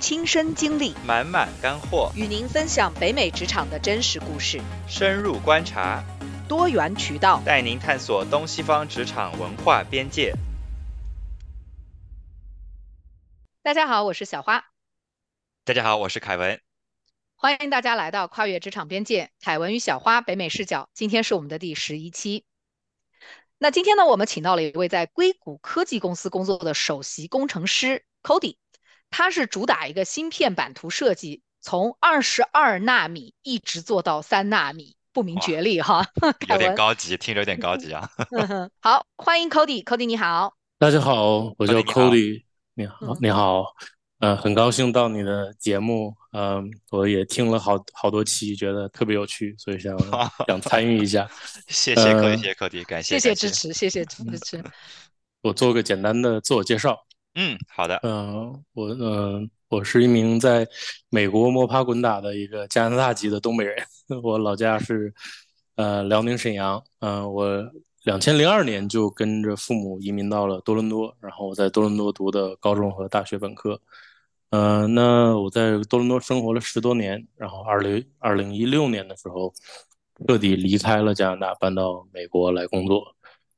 亲身经历，满满干货，与您分享北美职场的真实故事，深入观察，多元渠道。带您探索东西方职场文化边界。大家好，我是小花，大家好，我是凯文。欢迎大家来到跨越职场边界，凯文与小花北美视角。今天是我们的第十一期。那今天呢，我们请到了一位在硅谷科技公司工作的首席工程师 Cody，他是主打一个芯片版图设计，从二十二纳米一直做到三纳米，不明觉厉哈。 啊凯有点文，高级，听着有点高 级啊。嗯哼好，欢迎 Cody，Cody 你好，大家好，我叫 Cody， Cody，你好，嗯你好，呃，很高兴到你的节目，嗯、我也听了好好多期，觉得特别有趣，所以想想参与一下。谢谢科呃迪，谢谢科迪，感谢谢谢谢支。持，谢谢支持。我做个简单的自我介绍，嗯，好的，嗯，我嗯、呃我是一名在美国摸爬滚打的一个加拿大籍的东北人，我老家是呃辽宁沈阳，嗯、我两千零二年就跟着父母移民到了多伦多，然后我在多伦多读的高中和大学本科，嗯、那我在多伦多生活了十多年，然后二零二零一六年的时候彻底离开了加拿大，搬到美国来工作。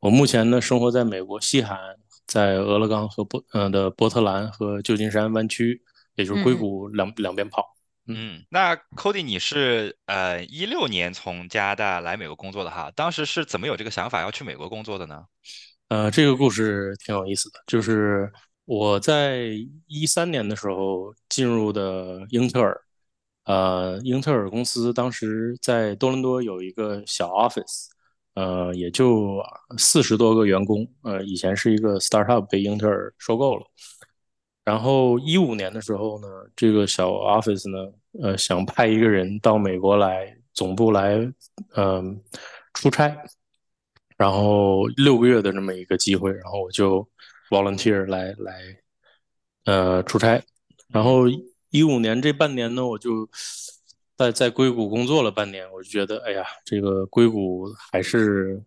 我目前呢生活在美国西海岸，在俄勒冈和波嗯、呃的波特兰和旧金山湾区，也就是嗯硅嗯谷两两边跑。嗯，那 Cody 你是呃一六年从加拿大来美国工作的哈，当时是怎么有这个想法要去美国工作的呢？呃，这个故事挺有意思的，就是我在一三年的时候进入的英特尔，呃，英特尔公司当时在多伦多有一个小 office，呃，也就四十多个员工，呃，以前是一个 startup 被英特尔收购了，然后一五年的时候呢，这个小 office 呢，呃，想派一个人到美国来总部来，嗯、出差，然后六个月的这么一个机会，然后我就 volunteer 来来，呃，出差。然后一五年这半年呢，我就在在硅谷工作了半年，我就觉得，哎呀，这个硅谷还是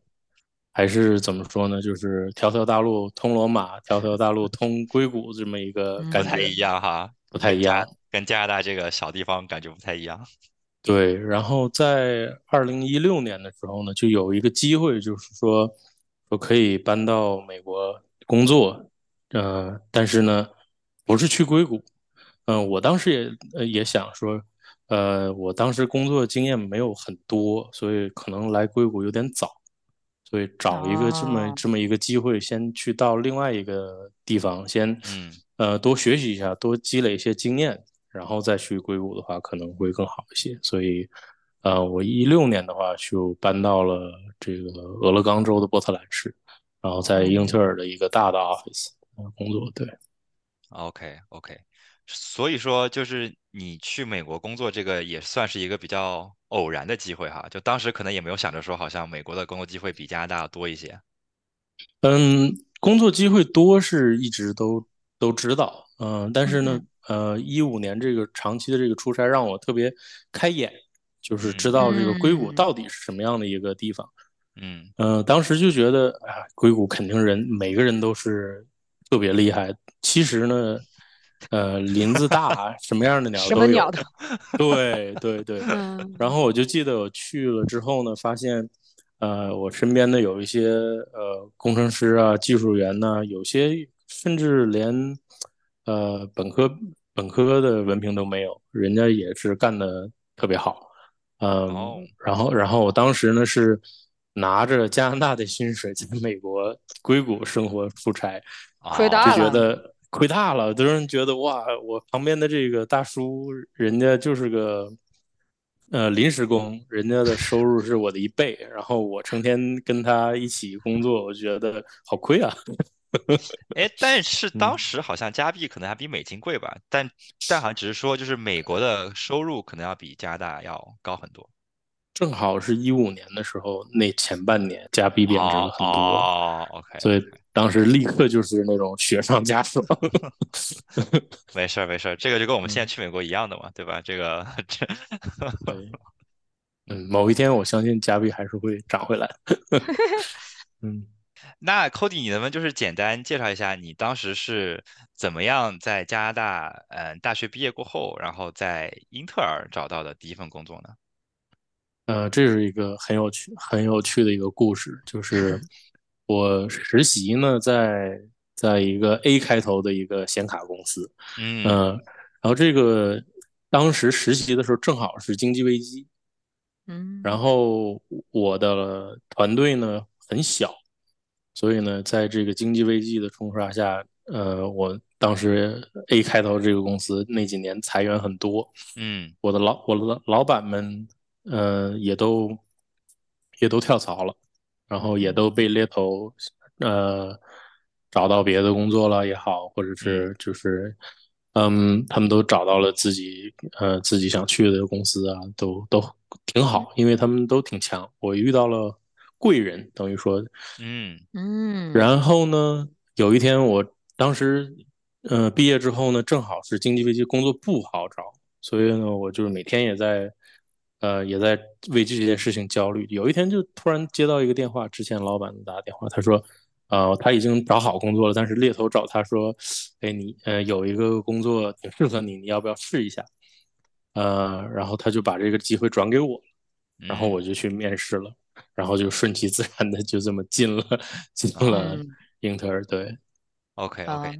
还是怎么说呢？就是条条大路通罗马，条条大路通硅谷这么一个嗯不感太觉，一样哈，不太一样。跟加拿大这个小地方感觉不太一样。对，然后在二零一六年的时候呢，就有一个机会，就是说我可以搬到美国工作，呃，但是呢，不是去硅谷，嗯、我当时也呃也想说，呃，我当时工作经验没有很多，所以可能来硅谷有点早，所以找一个这么哦这么一个机会，先去到另外一个地方，先嗯呃多学习一下，多积累一些经验，然后再去硅谷的话可能会更好一些。所以，呃，我一六年的话就搬到了这个俄勒冈州的波特兰市，然后在英特尔的一个大的 office 呃工作。对， ，OK OK，所以说就是你去美国工作这个也算是一个比较偶然的机会哈，就当时可能也没有想着说好像美国的工作机会比加拿大要多一些。嗯，工作机会多是一直都都知道，嗯，但是呢嗯，呃，一五年这个长期的这个出差让我特别开眼，就是知道这个硅谷嗯到底是什么样的一个地方。嗯嗯、当时就觉得，哎呀，硅谷肯定人每个人都是特别厉害。其实呢，呃，林子大，什么样的鸟什都么有。 鸟都，对对对。嗯然后我就记得我去了之后呢，发现，呃，我身边的有一些呃工程师啊、技术员呐、有些甚至连呃本科本科的文凭都没有，人家也是干的特别好。哦嗯，然后然后我当时呢是拿着加拿大的薪水在美国 硅谷生活出差，亏哦大就觉了得亏大了，都人觉得哇，我旁边的这个大叔，人家就是个呃临时工，人家的收入是我的一倍，然后我成天跟他一起工作，我觉得好亏啊。哎，但是当嗯时好像加币可能还比美金贵吧，但但好像只是说就是美国的收入可能要比加拿大要高很多。正好是一五年的时候，那前半年加币贬值了哦很多，哦，OK，所以当时立刻就是那种雪上加霜。 没事儿没事儿，这个就跟我们现在嗯去美国一样的嘛，对吧？这个 这。对， 嗯，某一天我相信加币还是会涨回来。嗯那 Cody，你能不能就是简单介绍一下你当时是怎么样在加拿大，嗯，大学毕业过后，然后在英特尔找到的第一份工作呢？呃，这是一个很有趣、很有趣的一个故事，就是我实习呢，在在一个 A 开头的一个显卡公司，嗯呃，然后这个当时实习的时候正好是经济危机，嗯，然后我的团队呢很小，所以呢，在这个经济危机的冲刷下，呃，我当时 A 开头这个公司那几年裁员很多，嗯我的老我的老老板们，呃，也都也都跳槽了，然后也都被猎头，呃，找到别的工作了也好，或者是就是，嗯，他们都找到了自己呃自己想去的公司啊，都都挺好，因为他们都挺强，我遇到了贵人，等于说，嗯嗯，然后呢，有一天我当时，呃，毕业之后呢，正好是经济危机，工作不好找，所以呢，我就是每天也在，呃，也在为这件事情焦虑。有一天就突然接到一个电话，之前老板打的电话，他说，呃，他已经找好工作了，但是猎头找他说，哎，你呃有一个工作呃挺适合你，你要不要试一下？呃，然后他就把这个机会转给我，然后嗯我就去面试了。然后就顺其自然的就这么进了进了嗯英特尔。对， ，OK 啊 OK，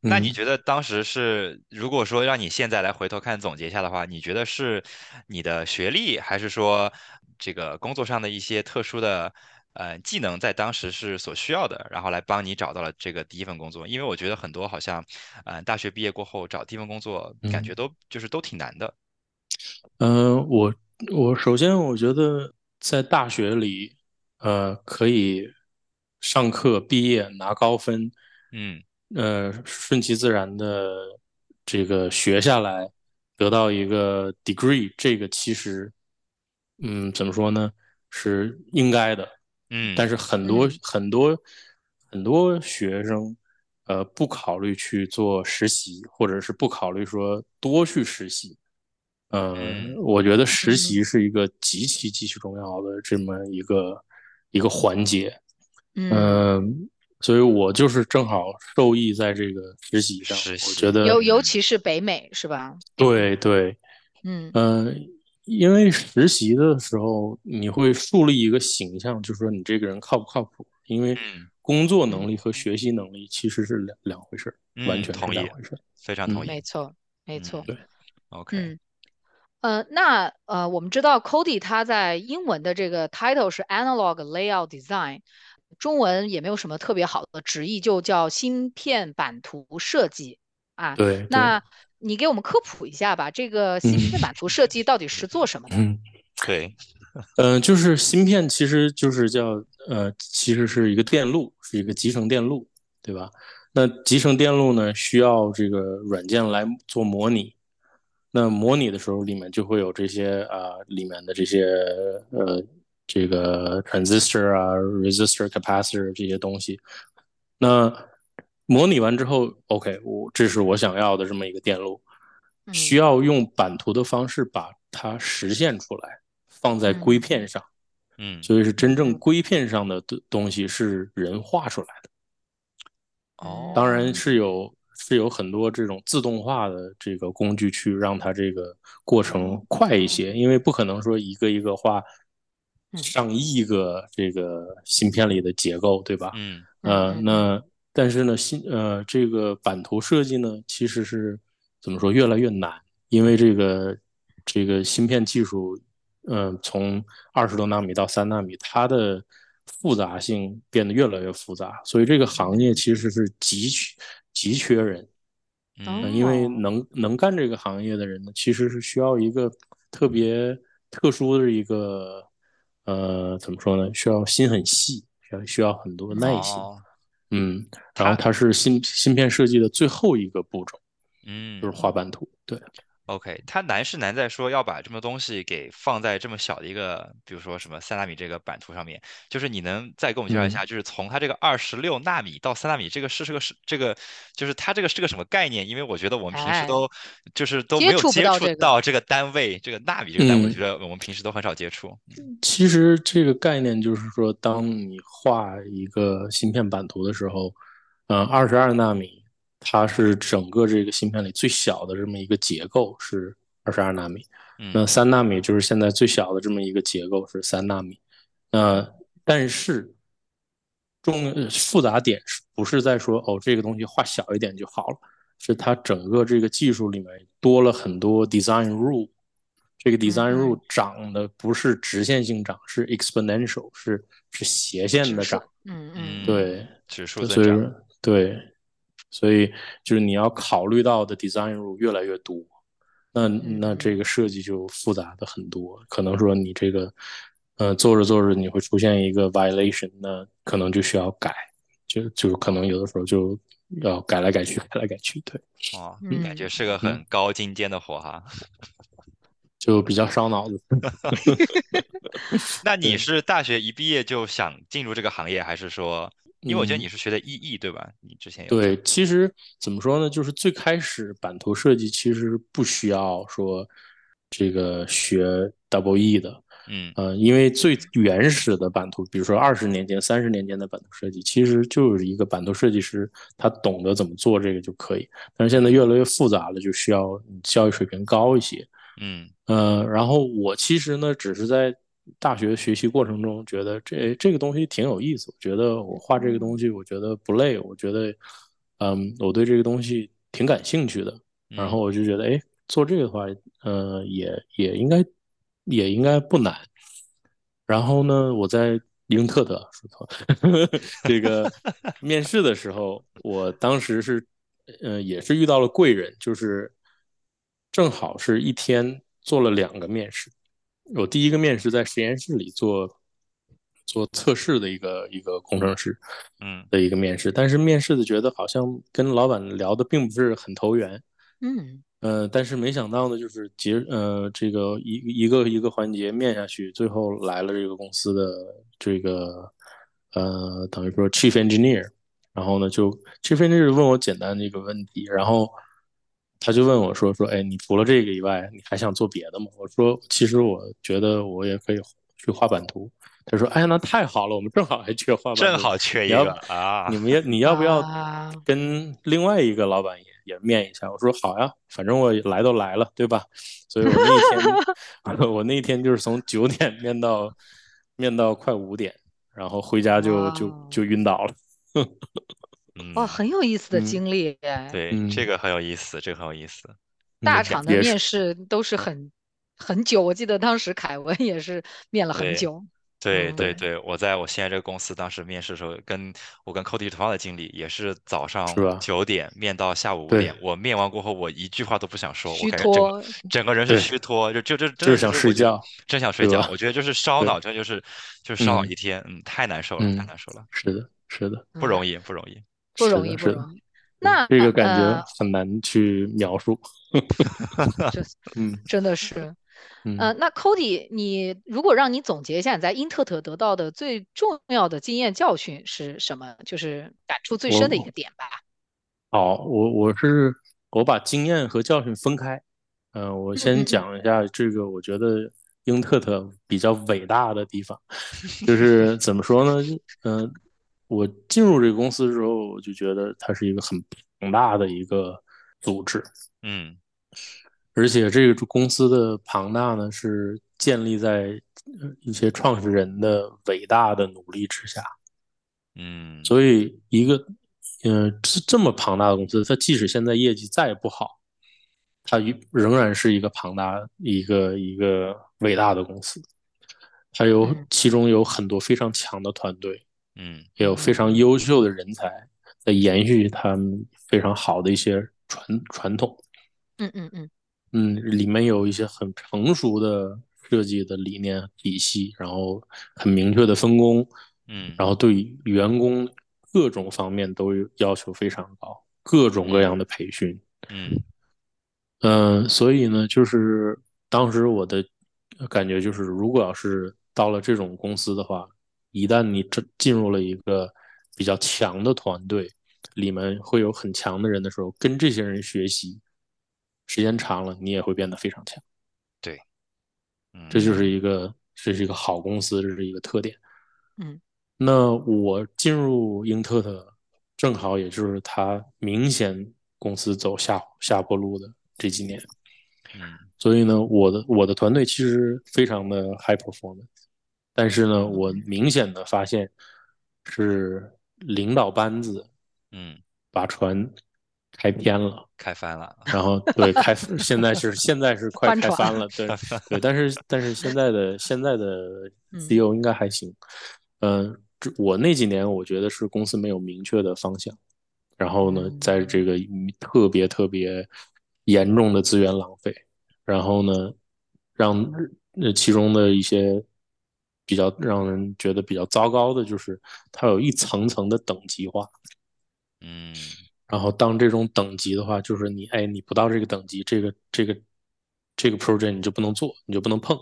那你嗯觉得当时是，如果说让你现在来回头看总结一下的话，你觉得是你的学历，还是说这个工作上的一些特殊的呃技能，在当时是所需要的，然后来帮你找到了这个第一份工作？因为我觉得很多好像，呃，大学毕业过后找第一份工作，感觉嗯都就是都挺难的。呃，我我首先我觉得在大学里，呃，可以上课、毕业、拿高分，嗯呃，顺其自然的这个学下来，得到一个 degree，这个其实，嗯，怎么说呢，是应该的。嗯但是很多嗯很多很多学生，呃，不考虑去做实习，或者是不考虑说多去实习。呃，嗯我觉得实嗯习是一个极其极其重要的这么一个一个环节。嗯，嗯、所以我就是正好受益在这个实习上，实我觉习，得尤尤嗯其是北美是吧？对对。嗯呃，因为实习的时候，你会树立一个形象，就是说你这个人靠不靠谱。因为嗯工作能嗯力和学习能力其实是两两回事儿，完嗯，全是同两意，回事儿。非常同嗯，没意。错没嗯错，对， ，OK，嗯。呃，那呃，我们知道 Cody 他在英文的这个 title 是 Analog Layout Design，中文也没有什么特别好的直译，就叫芯片版图设计啊。对对，那你给我们科普一下吧，这个芯片嗯版图设计到底是做什么的？嗯。对，呃，就是芯片，其实就是叫呃，其实是一个电路，是一个集成电路，对吧？那集成电路呢，需要这个软件来做模拟。那模拟的时候，里面就会有这些啊、里面的这些呃，这个 transistor 啊、resistor、capacitor 这些东西。那模拟完之后，OK，我这是我想要的这么一个电路，嗯需要用版图的方式把它实现出来，放在嗯硅片上，嗯，所以是真正嗯硅片上的东东西是人画出来的。当然哦，是有是有很多这种自动化的这个工具去让它这个过程哦快一些，因为不可能说一个一个画嗯上亿个这个芯片里的结构，对吧？嗯嗯呃，嗯嗯那但是呢，芯呃这个版图设计呢，其实是怎么说越来越难，因为这个这个芯片技术，嗯、从二十多纳米到三纳米，它的复杂性变得越来越复杂，所以这个行业其实是急缺急缺人。嗯、嗯因为哦能能干这个行业的人呢，其实是需要一个特别特殊的一个，呃，怎么说呢？需要心很细，需要需要很多耐心。哦，嗯，然他。后它是芯芯片设计的最后一个步骤，就嗯是画版图。对， OK，它难是难在说要把这么东西给放在这么小的一个，比如说什么三纳米这个版图上面，就是你能再给我们介嗯绍一下，就是从它这个二十六纳米到三纳米，这个是是个是这个，就是它这个是个什么概念？因为我觉得我们平时哎都就是都接没有触不接到触这个到这个单位，这个纳米这个单位，我嗯觉得我们平时都很少接触。其实这个概念就是说，当你画一个芯片版图的时候，呃，二十二纳米它是整个这个芯片里最小的这么一个结构是二十二纳米，嗯那三纳米就是现在最小的这么一个结构是三纳米。那但是重呃复杂点是不是在说哦这个东西画小一点就好了？是它整个这个技术里面多了很多 design rule，这个 design 嗯 rule 涨的不是直线性涨，是 exponential，是是斜线的指数涨。嗯嗯嗯，对，指数增所以长。说对，所以就是你要考虑到的 design rule 越来越多，那那嗯这个设计就复杂的很多，可能说你这个呃做着做着你会出现一个 violation，那可能就需要改，就就可能有的时候就要改来改去，改来改去，对，哦，嗯感觉是个很高精尖的活哈。 就比较烧脑子。那你对是大学一毕业就想进入这个行业，还是说，因为嗯我觉得你是学的 EE 对吧？你之前有对，其实怎么说呢，就是最开始版图设计其实不需要说这个学 double E 的，嗯呃，因为最原始的版图，比如说二十年前、三十年前的版图设计，其实就是一个版图设计师他懂得怎么做这个就可以。但是现在越来越复杂了，就需要你教育水平高一些。嗯呃，然后我其实呢，只是在大学学习过程中觉得这这个东西挺有意思，我觉得我画这个东西，我觉得不累，我觉得，嗯，我对这个东西挺感兴趣的。然嗯后我就觉得，哎，做这个的话，呃，也也应该也应该不难。然后呢，我在英特的说错了 这个面试的时候，我当时是，呃，也是遇到了贵人，就是正好是一天做了两个面试。我第一个面试在实验室里做做测试的一个一个工程师，嗯的一个面试，但是面试的觉得好像跟老板聊的并不是很投缘，嗯呃，但是没想到呢，就是结呃这个一一个一个环节面下去，最后来了这个公司的这个呃等于说 chief engineer，然后呢就 chief engineer 问我简单的一个问题，然后他就问我说说，哎，你除了这个以外，你还想做别的吗？我说其实我觉得我也可以去画版图。他说，哎，那太好了，我们正好还缺画版图，正好缺一你要个啊你。们也你要不要啊跟另外一个老板也也面一下？我说好呀，反正我来都来了，对吧？所以我那一 天 我那一天就是从九点面到面到快五点，然后回家就就哇就晕倒了。嗯，哇，很有意思的嗯经历哎。对，这嗯个很有意思，这个很有意思。大嗯厂的也面是试都是很很久，我记得当时凯文也是面了对很久。对对嗯对，我在我现在这个公司当时面试的时候，跟我跟 Cody 同样的经历，也是早上是吧九点面到下午五对点，我面完过后，我一句话都不想说，我虚感觉整脱个，整个人是对虚脱，就就就真就的是想我睡觉得觉，真想睡对觉吧。我觉得就是烧对脑，真的就是就是烧脑嗯一天，嗯，太难受了，太嗯难受了，是的，是的，不容易，易，不容易。嗯不是容的易，不是的嗯容易。那这个感觉呃，很难去 描述。这嗯真的是，嗯呃，那 Cody，你如果让你总结一下你在英特特得到的最重要的经验教训是什么？就是感触最我深的一个点吧。好，我我是我把经验和教训分开，嗯、我嗯先嗯讲一下这个，我觉得英特特比较伟大的地方，就是怎么说呢？嗯、我进入这个公司之后，我就觉得它是一个很庞大的一个组织，嗯而且这个公司的庞大呢，是建立在呃一些创始人的伟大的努力之下。嗯，所以一个，呃，这这么庞大的公司，它即使现在业绩再不好，它与仍然是一个庞大、一个一个伟大的公司。它有嗯其中有很多非常强的团队，嗯也有非常优秀的人才在延续他们非常好的一些传传统。嗯嗯嗯嗯，里面有一些很成熟的设计的理念体系，然后很明确的分工，嗯然后对员工各种方面都有要求非常高，各种各样的培训，嗯呃，所以呢，就是当时我的感觉就是，如果要是到了这种公司的话，一旦你这进入了一个比较强的团队，里面会有很强的人的时候，跟这些人学习，时间长了，你也会变得非常强。嗯，这就是一个，这是一个好公司，这是一个特点。嗯，那我进入英特的，正好也就是它明显公司走下下坡路的这几年，嗯所以呢，我的我的团队其实非常的 high performance，但是呢，我明显的发现是领导班子嗯，把船开偏了。开翻了，啊然后对 开，现在是现在是快翻开船翻了，对对，但是但是现在的现在的嗯 CEO 应该还行，嗯、这我那几年我觉得是公司没有明确的方向，然后呢嗯，在这个特别特别严重的资源浪费，然后呢，让呃其中的一些比较让人觉得比较糟糕的就是它有一层层的等级化，嗯然后当这种等级的话，就是你，哎，你不到这个等级，这个这个这个 project 你就不能做，你就不能碰，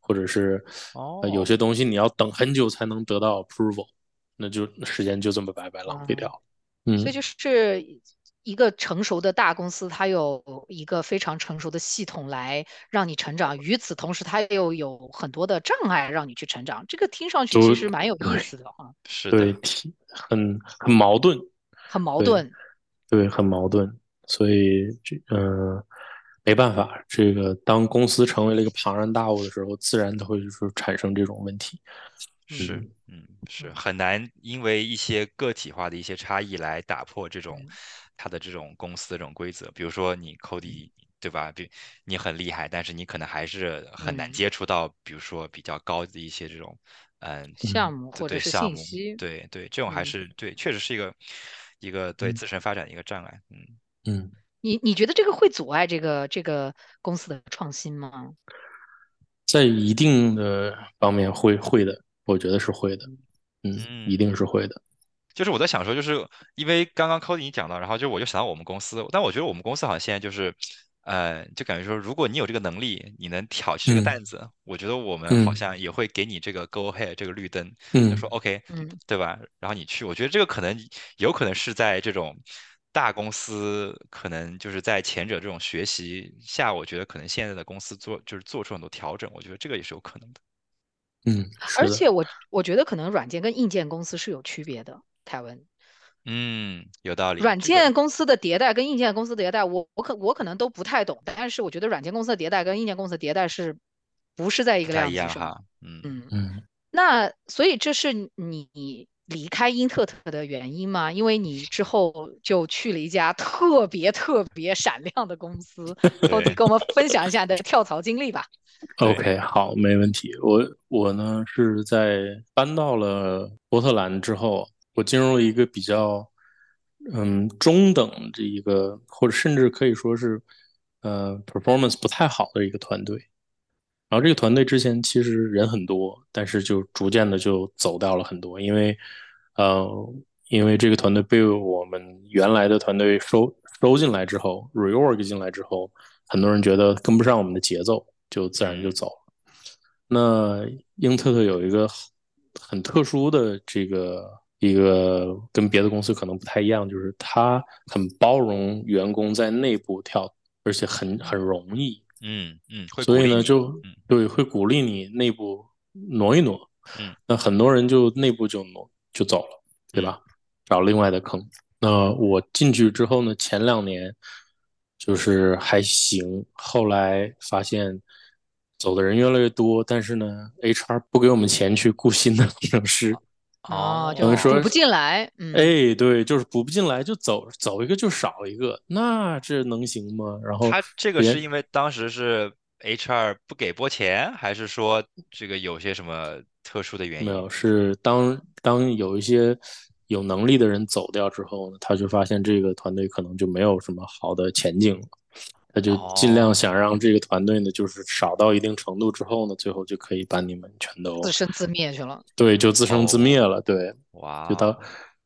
或者是、呃有哦些东西你要等很久才能得到 approval，那就时间就这么白白浪费掉了。嗯哦所以，就是一个成熟的大公司，它有一个非常成熟的系统来让你成长，与此同时，它又有很多的障碍让你去成长。这个听上去其就实蛮有意对思的啊哈，是的，对，挺很很矛盾，很矛对盾。对，很矛盾，所以这嗯、呃没办法，这个当公司成为了一个庞然大物的时候，自然它会就是产生这种问题。是，嗯嗯，是嗯很难因为一些个体化的一些差异来打破这种嗯它的这种公司的这种规则。比如说你嗯 Cody，对吧？比你很厉害，但是你可能还是很难嗯接触到，比如说比较高的一些这种，嗯，项目对或者对，是项信目，息，对对，这种还嗯，是对，确实是一个一个对嗯自身发展的一个障碍。嗯，嗯。你你觉得这个会阻碍这个这个公司的创新吗？在一定的方面会会的，我觉得是会的，嗯，嗯一定是会的，就是我在想说，就是因为刚刚 Cody 你讲到，然后就我就想到我们公司，但我觉得我们公司好像现在就是，呃，就感觉说，如果你有这个能力，你能挑起这个嗯担子，我觉得我们好嗯像也会给你这个 go ahead 这个绿灯，就嗯说 OK，嗯对吧？然后你去，我觉得这个可能有可能是在这种大公司，可能就是在前者这种学习下，我觉得可能现在的公司做就是做出很多调整，我觉得这个也是有可能的。嗯，而是的，且我我觉得可能软件跟硬件公司是有区别的，凯文。嗯，有道理，软这个件公司的迭代跟硬件公司的迭代，我我可我可能都不太懂，但是我觉得软件公司的迭代跟硬件公司的迭代是不是在一不个太量一级样上？哈，嗯。嗯，嗯那所以这是你你离开英特特的原因吗？因为你之后就去了一家特别特别闪亮的公 司，Cody 对跟我们分享一下你的跳槽经历吧。对， ，OK，好，没问题。我我呢是在搬到了波特兰之后，我进入一个比较嗯中等这一个，或者甚至可以说是呃 performance 不太好的一个团队。然后这个团队之前其实人很多，但是就逐渐的就走掉了很多，因为，呃，因为这个团队被我们原来的团队收收进来之后，reorg 进来之后，很多人觉得跟不上我们的节奏，就自然就嗯走了。那英特特有一个很很特殊的这个一个跟别的公司可能不太一样，就是它很包容员工在内部跳，而且很很容易。嗯嗯，会所鼓以励呢，你，就嗯对会鼓励你内部挪一挪。嗯那很多人就内部就挪就走了，对嗯吧？找另外的坑。那我进去之后呢，前两年就是还行，后来发现走的人越来越多，但是呢，HR 不给我们钱去雇新的工程师，哦，就等于哦，补说不进来，嗯哎，对，就是补不进来就走走一个就少一个，那这能行吗？然后他这个是连因为当时是 HR 不给拨钱，还是说这个有些什么特殊的原没因？有，是当当有一些有能力的人走掉之后呢，他就发现这个团队可能就没有什么好的前景了，他就尽量哦，想让这个团队呢，就是少到一定程度之后呢，最后就可以把你们全都自生自灭去了。对，就自生自灭哦，了，对，就哇到，哦，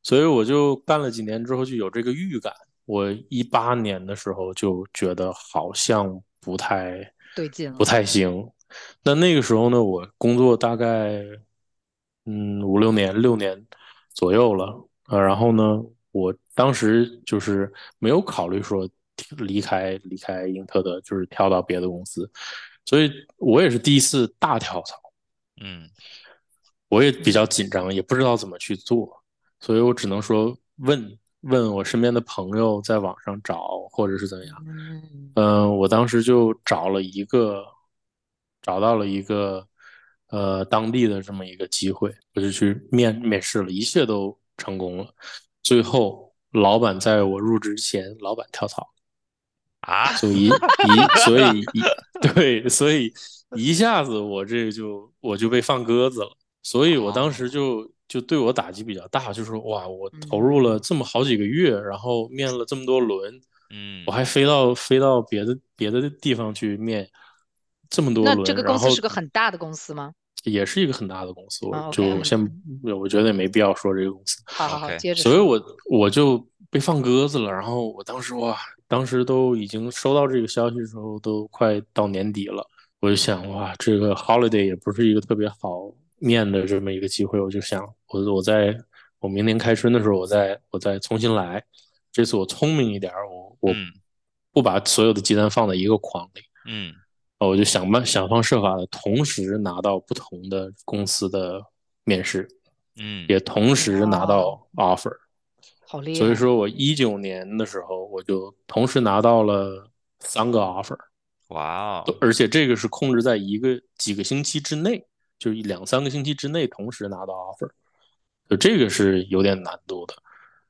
所以我就干了几年之后就有这个预感，我一八年的时候就觉得好像不太对劲了不太行。那那个时候呢，我工作大概嗯五六年六年左右了，呃，然后呢，我当时就是没有考虑说离开离开英特的，就是跳到别的公司，所以我也是第一次大跳槽。嗯我也比较紧张，也不知道怎么去做，所以我只能说问问我身边的朋友，在网上找或者是怎么样。嗯嗯、我当时就找了一个，找到了一个呃当地的这么一个机会，我就去面面试了，一切都成功了。最后，老板在我入职前，老板跳槽了。啊，所以一所以一对，所以一下子我这个就我就被放鸽子了，所以我当时就就对我打击比较大，就是哇，我投入了这么好几个月，然后面了这么多轮，嗯，我还飞到飞到别的别的地方去面这么多那轮，这个然公司后是个很大的公司吗？也是一个很大的公司，我啊，OK，就先我觉得也没必要说这个公司，好好好， OK 接着所以说。我我就被放鸽子了。然后我当时哇，当时都已经收到这个消息的时候，都快到年底了，我就想哇，这个 holiday 也不是一个特别好面的这么一个机会，我就想我我在我明年开春的时候，我再我再重新来。这次我聪明一点儿，我我嗯不把所有的鸡蛋放在一个筐里，嗯呃我就想办想方设法的同时拿到不同的公司的面试，嗯也同时拿到 offer。好厉害！所以说我一九年的时候，我就同时拿到了三个 offer，哇都哦，而且这个是控制在一个几个星期之内，就一两三个星期之内同时拿到 offer，就这个是有点难度的。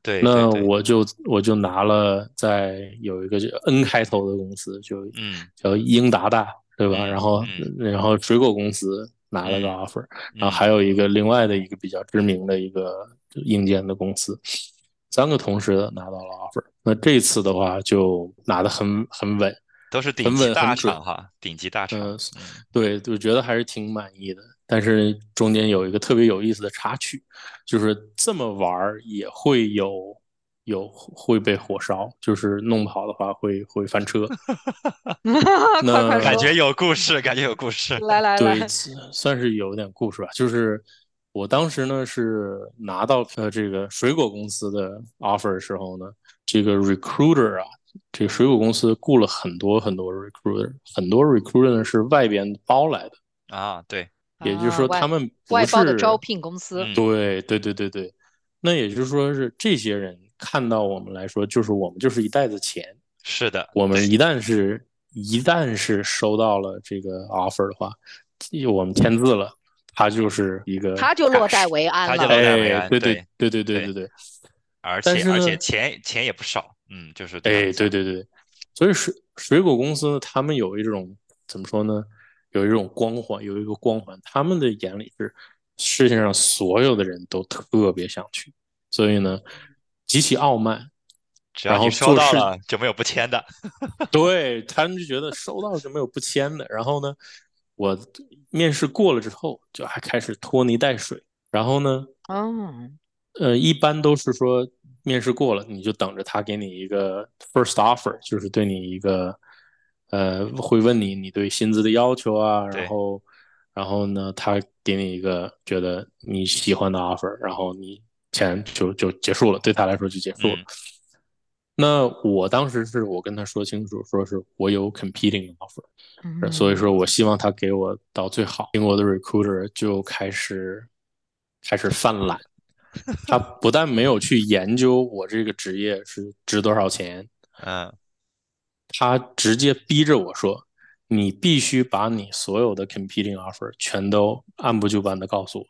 对，对那对我就我就拿了在有一个叫 N 开头的公司，就嗯叫英达达，对吧？嗯然后嗯然后水果公司拿了个嗯 offer，然嗯后还有一个另外的一个比较知名的一个硬件的公司，三个同时拿到了 offer。那这次的话就拿得很很稳，都是顶很级稳大很准厂哈，顶级大厂，嗯嗯对，我觉得还是挺满意的。但是中间有一个特别有意思的插曲，就是这么玩儿也会有有会被火烧，就是弄不好的话会会翻车。 快快那感说觉有故事，感觉有故事，来来对，来， 算算是有点故事吧。就是我当时呢是拿到呃这个水果公司的 offer 的时候呢，这个 recruiter 啊，这个水果公司雇了很多很多 recruiter，很多 recruiter 呢是外边包来的，啊，对，也就是说啊外他们不外包的是招聘公司，嗯对对对对对，那也就是说是这些人看到我们来说，就是我们就是一袋子钱，是的，我们一旦是一旦是收到了这个 offer 的话，我们签字了，它就是一个他就落袋 cash 为安他就了。落袋为哎，安对对对对对对对对，而但且是而呢且钱钱也不少，嗯，就是对他哎，们对对对对，所以水水果公司呢，他们有一种怎么说呢？有一种光环，有一个光环，他们的眼里是世界上所有的人都特别想去，所以呢，极其傲慢。只要然你后收做到事了就没有不签的， 对，他们就觉得收到就没有不签的。然后呢，我面试过了之后，就还开始拖泥带水。然后呢，嗯，呃，一般都是说面试过了，你就等着他给你一个 first offer，就是对你一个呃，会问你你对薪资的要求啊，对然后然后呢，他给你一个觉得你喜欢的 offer，然后你钱就就结束了，对他来说就结束了。嗯那我当时是我跟他说清楚，说是我有 competing offer，嗯所以说我希望他给我到最好。英国的 recruiter 就开始开始犯懒，他不但没有去研究我这个职业是值多少钱，嗯，他直接逼着我说，你必须把你所有的 competing offer 全都按部就班的告诉我。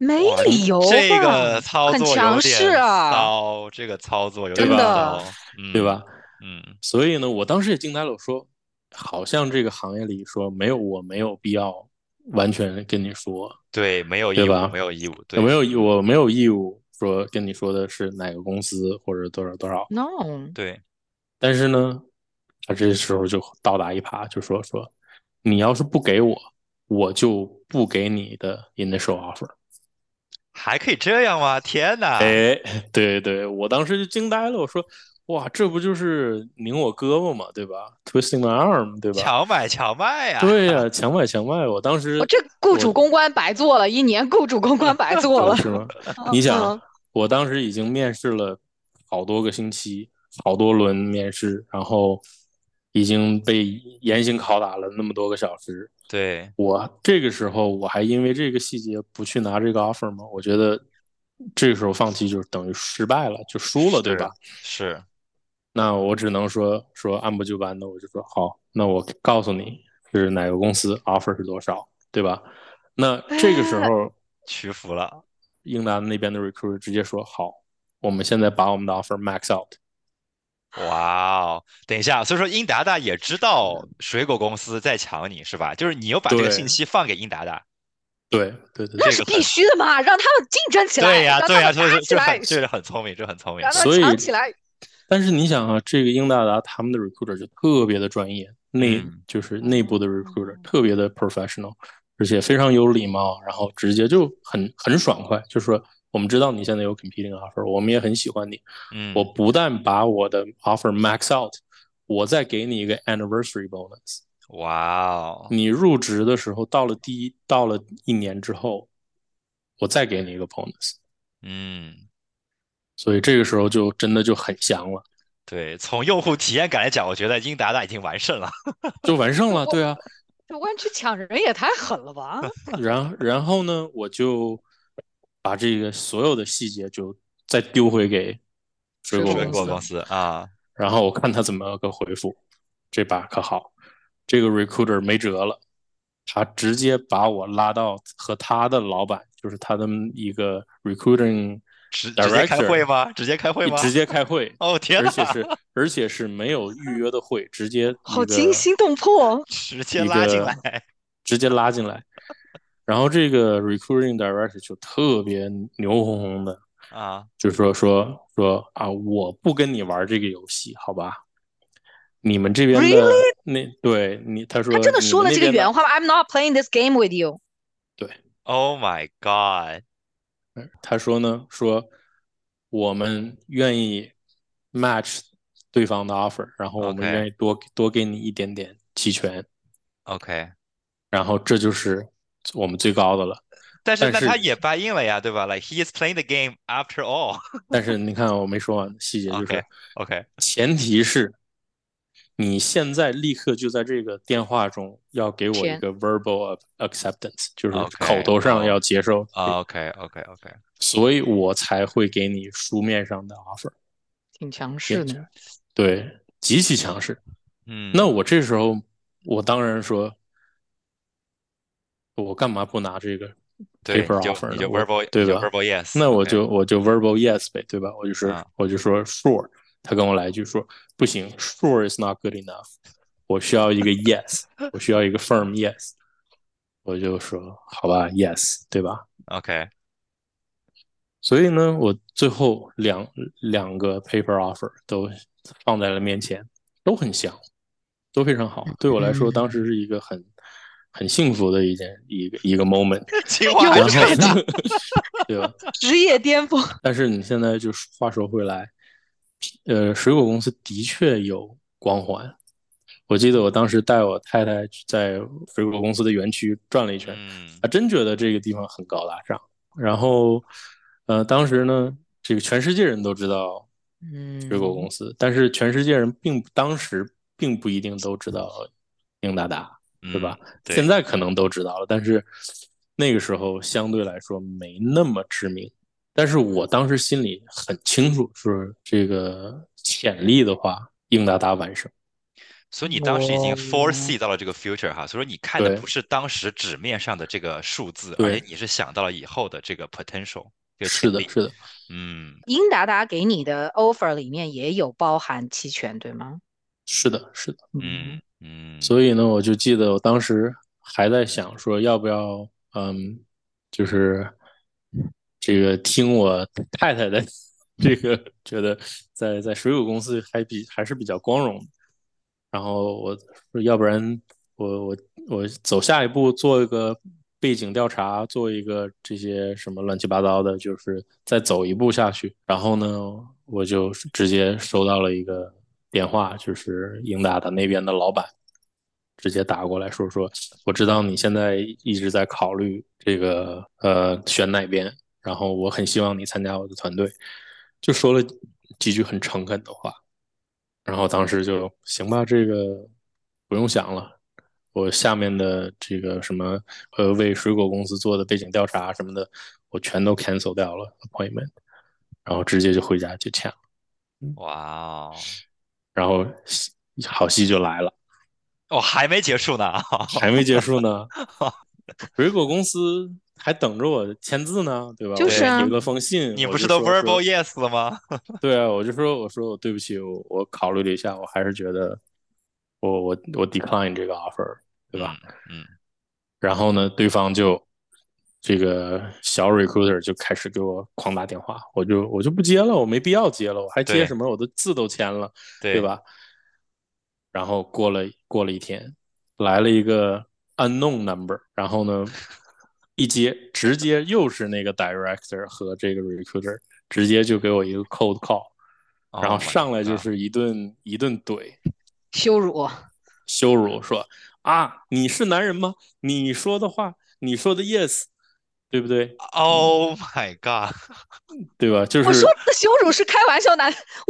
没哇哎理由啊这吧个操很作有强点势啊骚，这个操作有真点的骚，嗯，啊对吧？嗯所以呢，我当时也惊呆了，我说，好像这个行业里说没有，我没有必要完全跟你说，对，没有义对务，吧没有义务，对，有没有义我没有义务说跟你说的是哪个公司或者多少多少。 ，no，对，但是呢，他这时候就倒打一耙，就说说，你要是不给我，我就不给你的 initial offer。还可以这样吗？天哪， 哎，对对，我当时就惊呆了，我说哇，这不就是拧我胳膊嘛，对吧？Twisting my arm，对吧？强买强卖呀、对呀、强买强卖。我当时我这雇主公关白做了一年，雇主公关白做哦了。是吗？ 你想啊嗯，我当时已经面试了好多个星期，好多轮面试，然后已经被严刑拷打了那么多个小时。对，我这个时候我还因为这个细节不去拿这个 offer 吗？我觉得这个时候放弃就等于失败了，就输了，对吧？是那我只能说说按部就班的，我就说好，那我告诉你是哪个公司 offer 是多少，对吧？那这个时候。屈服了。英达那边的 recruiter 直接说好，我们现在把我们的 offer max out。哇哦，等一下，所以说英达达也知道水果公司在抢你是吧？就是你又把这个对信息放给英达达，对对对那对，是这个必须的嘛，让他们竞争起来，对让呀、他对们呀、所以打说起这来很，这很聪明，这很聪明让。他所们以抢起来。但是你想啊，这个英达达他们的 recruiter 就特别的专业，内嗯就是内部的 recruiter 特别的 professional，而且非常有礼貌，然后直接就很很爽快，就说我们知道你现在有 competing offer，我们也很喜欢你，嗯，我不但把我的 offer max out，我再给你一个 anniversary bonus。哇哦，你入职的时候到了第一到了一年之后，我再给你一个 bonus，嗯，所以这个时候就真的就很香了，对，从用户体验感来讲，我觉得英达达已经完胜了。就完胜了，对啊。主观去抢人也太狠了 吧！然然后呢，我就把这个所有的细节就再丢回给水果水水公果司公司啊，然后我看他怎么个回复。这把可好，这个 recruiter 没辙了，他直接把我拉到和他的老板，就是他的一个 recruiting 直直接开会 director 吗？直接开会吗？直接 开会，哦天而哪，且是而且是没有预约的会，直接好一个惊心动魄，哦直接一拉进个来。直接拉进来。然后这个 recruiting director 就特别牛哄哄的，啊，就说说说啊，我不跟你玩这个游戏，好吧？你们这边的那对你，他说他哎真的说了这个原话，话吗？I'm not playing this game with you。 Oh my god！他说呢，说我们愿意 match 对方的 offer，然后我们 OK 愿意多多给你一点点期权， OK，然后这就是我们最高的了。但是但那他是也 buy in 了呀，对吧？Like he is playing the game after all 但是你看，我没说完，细节就是 OK OK，前提是你现在立刻就在这个电话中要给我一填个 verbal acceptance，就是 OK，口头上哦要接受啊 OK OK OK，所以我才会给你书面上的 offer。挺强势的，对，极其强势。嗯，那我这时候，我当然说，我干嘛不拿这个对， paper 你就 offer 你呢就我 verbal 对你就吧 verbal yes，那我 OK 就我就 verbal yes 呗，对吧？我就说、啊我就说 sure，他跟我来一句说不行，sure is not good enough，我需要一个 yes，我 需要一个 firm yes，我就说好吧，yes，对吧？ OK 所以呢，我最后两两个 paper offer 都放在了面前，都很香，都非常好。对我来说，嗯当时是一个很很幸福的一件一个一个 moment，清华有然我后知道对吧？职业巅峰。但是你现在就是话说回来，呃，水果公司的确有光环。我记得我当时带我太太去在水果公司的园区转了一圈，嗯还真觉得这个地方很高大上。然后，呃，当时呢，这个全世界人都知道嗯，水果公司，但是全世界人并不当时并不一定都知道英达达，对吧？嗯对现在可能都知道了，但是那个时候相对来说没那么知名。但是我当时心里很清楚，是这个潜力的话，英达达完胜。所以你当时已经 foresee 哦到了这个 future 哈，所以说你看的对不是当时纸面上的这个数字，而对且你是想到了以后的这个 potential，这个是潜的，力。是的，嗯，英达达给你的 offer 里面也有包含期权，对吗？是的，是的。嗯嗯，所以呢，我就记得我当时还在想说，要不要，嗯，就是这个听我太太的 这个，觉得在在水果公司还比还是比较光荣的。然后我说，要不然我我我走下一步做一个背景调查，做一个这些什么乱七八糟的，就是再走一步下去。然后呢，我就直接收到了一个电话，就是英大的那边的老板直接打过来说说，我知道你现在一直在考虑这个呃选哪边，然后我很希望你参加我的团队，就说了几句很诚恳的话，然后当时就行吧，这个不用想了。我下面的这个什么呃为水果公司做的背景调查什么的，我全都 cancel 掉了 appointment，然后直接就回家就签了。哇哦，然后戏好戏就来了，哦，还没结束呢， 还没结束呢， 水果公司还等着我签字呢，对吧？就是啊我回了封信，你我不就是都说说 verbal yes 了吗？对啊，我就说我说我对不起，我我考虑了一下，我还是觉得我我我 decline 这个 offer，对吧？嗯嗯然后呢，对方就这个小 recruiter 就开始给我狂打电话，我就我就不接了，我没必要接了，我还接对什么？我的字都签了，对对？吧？然后过了过了一天，来了一个 unknown number，然后呢，一接直接又是那个 director 和这个 recruiter，直接就给我一个 cold call，然后 Oh my 上来就 God 是一顿一顿怼羞辱，羞辱，说啊你是男人吗？你说的话，你说的 yes，对不对？ ，Oh my god，对吧？就我是说的羞辱是开玩笑的，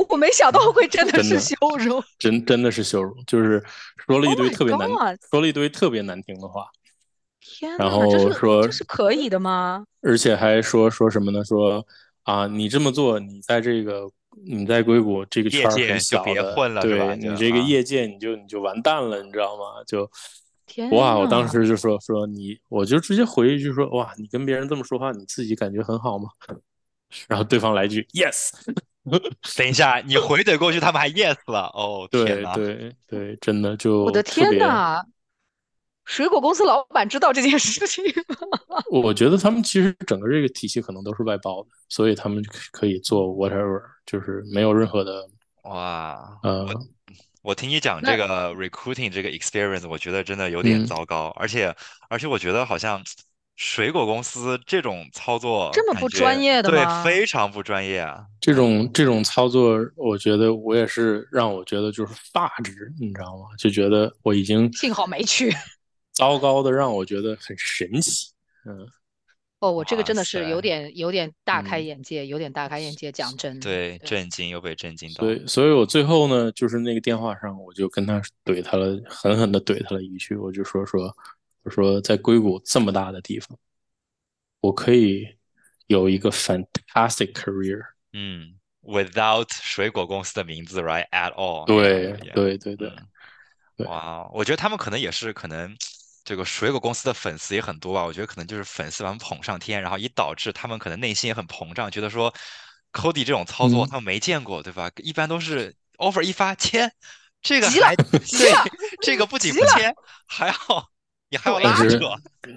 我没想到会真的真是的羞辱。真真的是羞辱，就是说了一 Oh 堆 my 特别难 God 说了一堆特别难听的话，天然哪，这后是说这是可以的吗？而且还说说什么呢？说啊，你这么做，你在这个你在硅谷这个圈儿业界很就小别的，混了是吧对就你这个啊业界你就你就完蛋了，你知道吗？就天哇！我当哪时就说说你，我就直接回一句说哇，你跟别人这么说话，你自己感觉很好吗？然后对方来一句 yes，等一下，你回怼过去，他们还 yes 了，哦，天对哪，对对，真的就我的特天别哪！水果公司老板知道这件事情，我觉得他们其实整个这个体系可能都是外包的，所以他们可以做 whatever，就是没有任何的哇，呃我听你讲那这个 recruiting 这个 experience，我觉得真的有点嗯糟糕，而且而且我觉得好像水果公司这种操作这么感不觉专业的对，吗非常不专业啊。这种这种操作，我觉得我也是让我觉得就是发指，你知道吗？就觉得我已经幸好没 去。糟糕的让我觉得很神奇。哦，我这个哇真的是有塞点有点大开嗯眼界，有点大开眼界。讲真，对，嗯对震惊又被震惊到所。以，所以我最后呢，就是那个电话上，我就跟他怼他了，狠狠的怼他了一句，我就说说，我说在硅谷这么大的地方，我可以有一个 fantastic career。嗯，without 水果公司的名字，right at all 对 yeah，yeah，对对对，哎嗯对哇，我觉得他们可能也是可能，这个水果公司的粉丝也很多吧。我觉得可能就是粉丝把他们捧上天，然后也导致他们可能内心也很膨胀，觉得说 Cody 这种操作嗯他们没见过，对吧？一般都是 offer 一发签，这个急了还急对了，这个不仅急不了签，还要你还要对拉但是扯，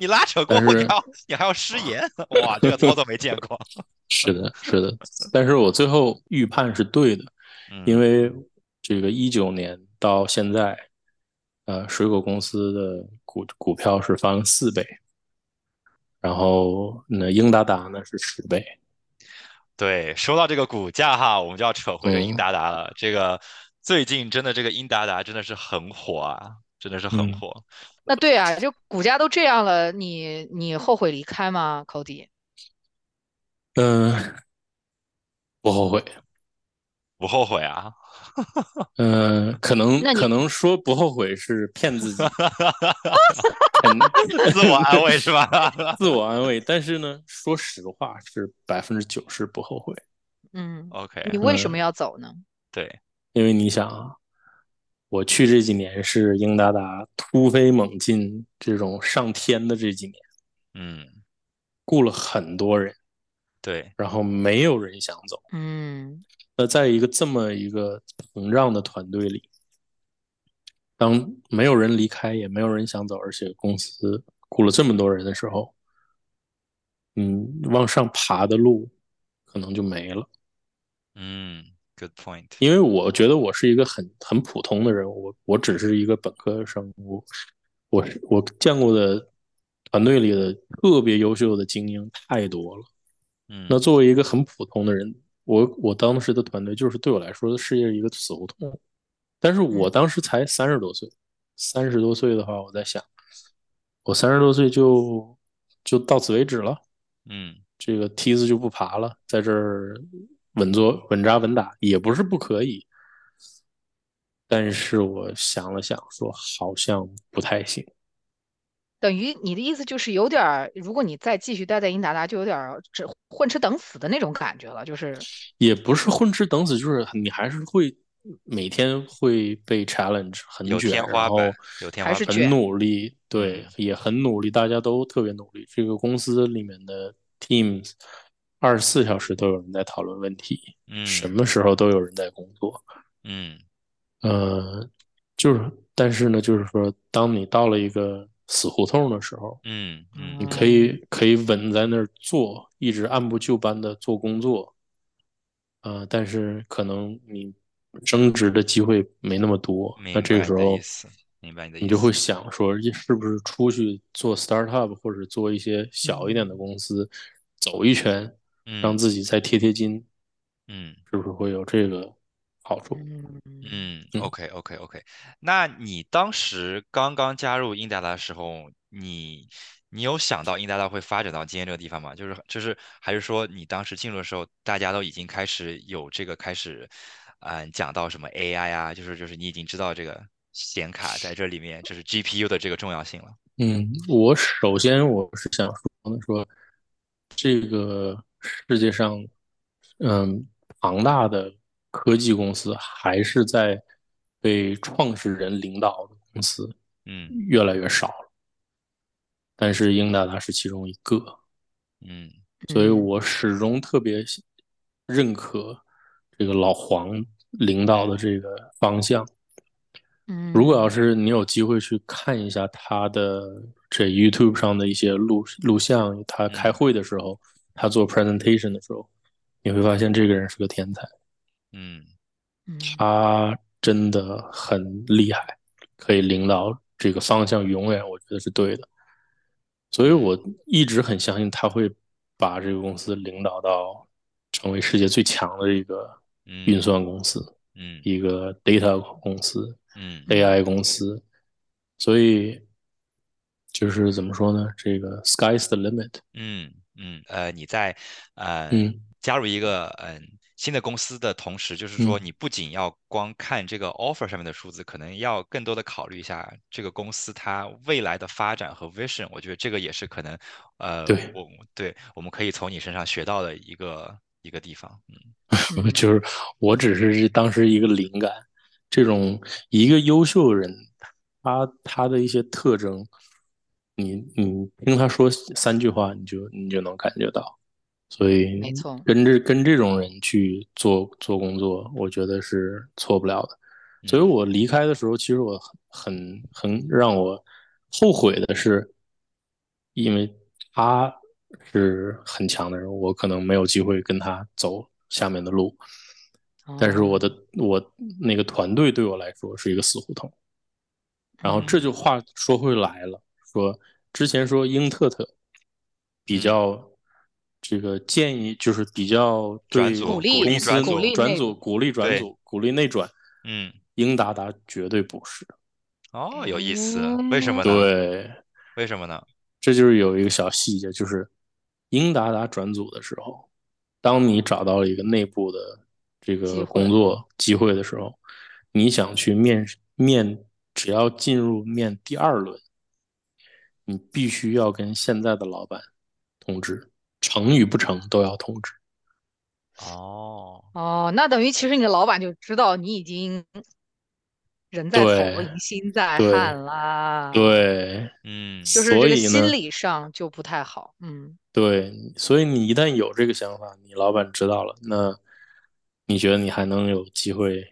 你拉扯过但后，你是还要你还要失言，哇，这个操作没见过。是的，是的。但是我最后预判是对的，嗯因为这个一九年到现在，呃，水果公司的股股票是翻了四倍，然后那英达达呢是十倍，对，说到这个股价哈，我们就要扯回这个英嗯达达了。这个最近真的这个英达达真的是很火啊，真的是很嗯火。那对啊，就股价都这样了，你你后悔离开吗，Cody？嗯、不后悔，不后悔啊，嗯、可能那你可能说不后悔是骗 自己，肯自我安慰是吧？ 自我安慰，但是呢，说实话是百分之九十不后悔。嗯， OK，你为什嗯么要走呢？对，因为你想啊，我去这几年是英达达突飞猛进，这种上天的这几年，嗯，雇了很多人，对，然后没有人想走。嗯，那在一个这么一个膨胀的团队里，当没有人离开，也没有人想走，而且公司雇了这么多人的时候，嗯，往上爬的路可能就没了。嗯，good point，因为我觉得我是一个很很普通的人，我我只是一个本科生，我我是我见过的团队里的特别优秀的精英太多了。嗯那作为一个很普通的人，我我当时的团队就是对我来说事业一个死胡同，但是我当时才三十多岁，三十多岁的话，我在想，我三十多岁就就到此为止了，嗯这个梯子就不爬了，在这儿稳坐稳扎稳打也不是不可以，但是我想了想说，好像不太行。等于你的意思就是有点儿，如果你再继续待在英达达，就有点儿这混吃等死的那种感觉了，就是也不是混吃等死，就是你还是会每天会被 challenge 很有卷，天然花后板，有天还花是板，卷很努力，对嗯，也很努力，大家都特别努力。这个公司里面的 teams 二十四小时都有人在讨论问题，嗯什么时候都有人在工作。嗯呃，就是，但是呢，就是说，当你到了一个死胡同的时候，嗯嗯，你嗯可以可以稳在那儿做，一直按部就班的做工作，呃，但是可能你升职的机会没那么多，明那这白个时你的候意思，明白你的意你就会思想说，是不是出去做 startup 或者做一些小一点的公司，走一圈，让嗯自己再贴贴金，嗯是不是会有这个好处？嗯，嗯嗯，OK OK OK，那你当时刚刚加入英达达的时候，你你有想到英达达会发展到今天这个地方吗？就是就是还是说你当时进入的时候，大家都已经开始有这个开始，嗯，讲到什么 AI 啊，就是就是你已经知道这个显卡在这里面就是 GPU 的这个重要性了。嗯，我首先我是想说说，这个世界上，嗯，庞大的科技公司还是在被创始人领导的公司嗯越来越少了，但是英达达是其中一个，嗯所以嗯我始终特别喜认可这个老黄领导的这个方向。嗯如果要是你有机会去看一下他的这 YouTube 上的一些录录像，他开会的时候，他做 presentation 的时候，你会发现这个人是个天才，嗯嗯啊他真的很厉害，可以领导这个方向，永远我觉得是对的。所以我一直很相信他会把这个公司领导到成为世界最强的一个嗯运算公司，嗯一个 data 公司，嗯 AI 公司，所以就是怎么说呢？这个 sky's the limit。嗯嗯，呃，你在呃嗯加入一个嗯、新的公司的同时，就是说嗯你不仅要光看这个 offer 上面的数字，可能要更多的考虑一下这个公司它未来的发展和 vision。我觉得这个也是可能呃，对我对我们可以从你身上学到的一个一个地方。嗯嗯 就是 我只是当时一个灵感，这种一个优秀的人，他他的一些特征，你你听他说三句话，你就你就能感觉到。所以没错跟这跟这种人去做做工作，我觉得是错不了的。所以嗯我离开的时候，其实我很很很让我后悔的是，因为他是很强的人，我可能没有机会跟他走下面的路。哦但是我的我那个团队对我来说是一个死胡同。然后这就话说回来了，说之前说英特特比较这个建议就是比较转对组鼓励鼓励公司转鼓组励转内组鼓励转对组鼓励内转，嗯英达达绝对不是。哦，有意思，为什么呢？嗯对，为什么呢？这就是有一个小细节，就是英达达转组的时候，当你找到了一个内部的这机个会工作机会的时候，你想去面试面，只要进入面第二轮，你必须要跟现在的老板通知，成与不成都要通知。哦，哦，那等于其实你的老板就知道你已经人在对叟无心在对汉啦，对，嗯就是所这个以呢心理上就不太好，嗯对，所以你一旦有这个想法，你老板知道了，那你觉得你还能有机会，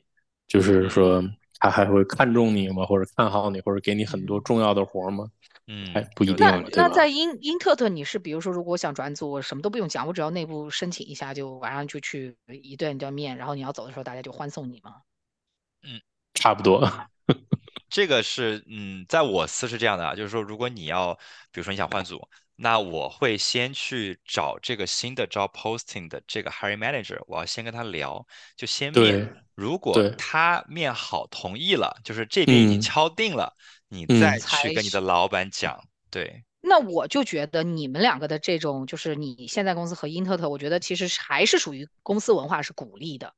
就是说他还会看重你吗？或者看好你，或者给你很多嗯重要的活儿吗？ 嗯，还哎不一有定啊道那了，理。对那吧？在英英特特，你是比如说，如果我想转组，我什么都不用讲，我只要内部申请一下，就晚上就去一顿一顿面，然后你要走的时候，大家就欢送你嘛。差不多，这个是，嗯，在我司是这样的啊，就是说，如果你要，比如说你想换组，那我会先去找这个新的 job posting 的这个 hiring manager，我要先跟他聊，就先对面。如果对他面好同意了，就是这边已经嗯敲定了，你嗯再才去跟你的是老板讲。对，那我就觉得你们两个的这种，就是你现在公司和英特特，我觉得其实是还是属于公司文化是鼓励的，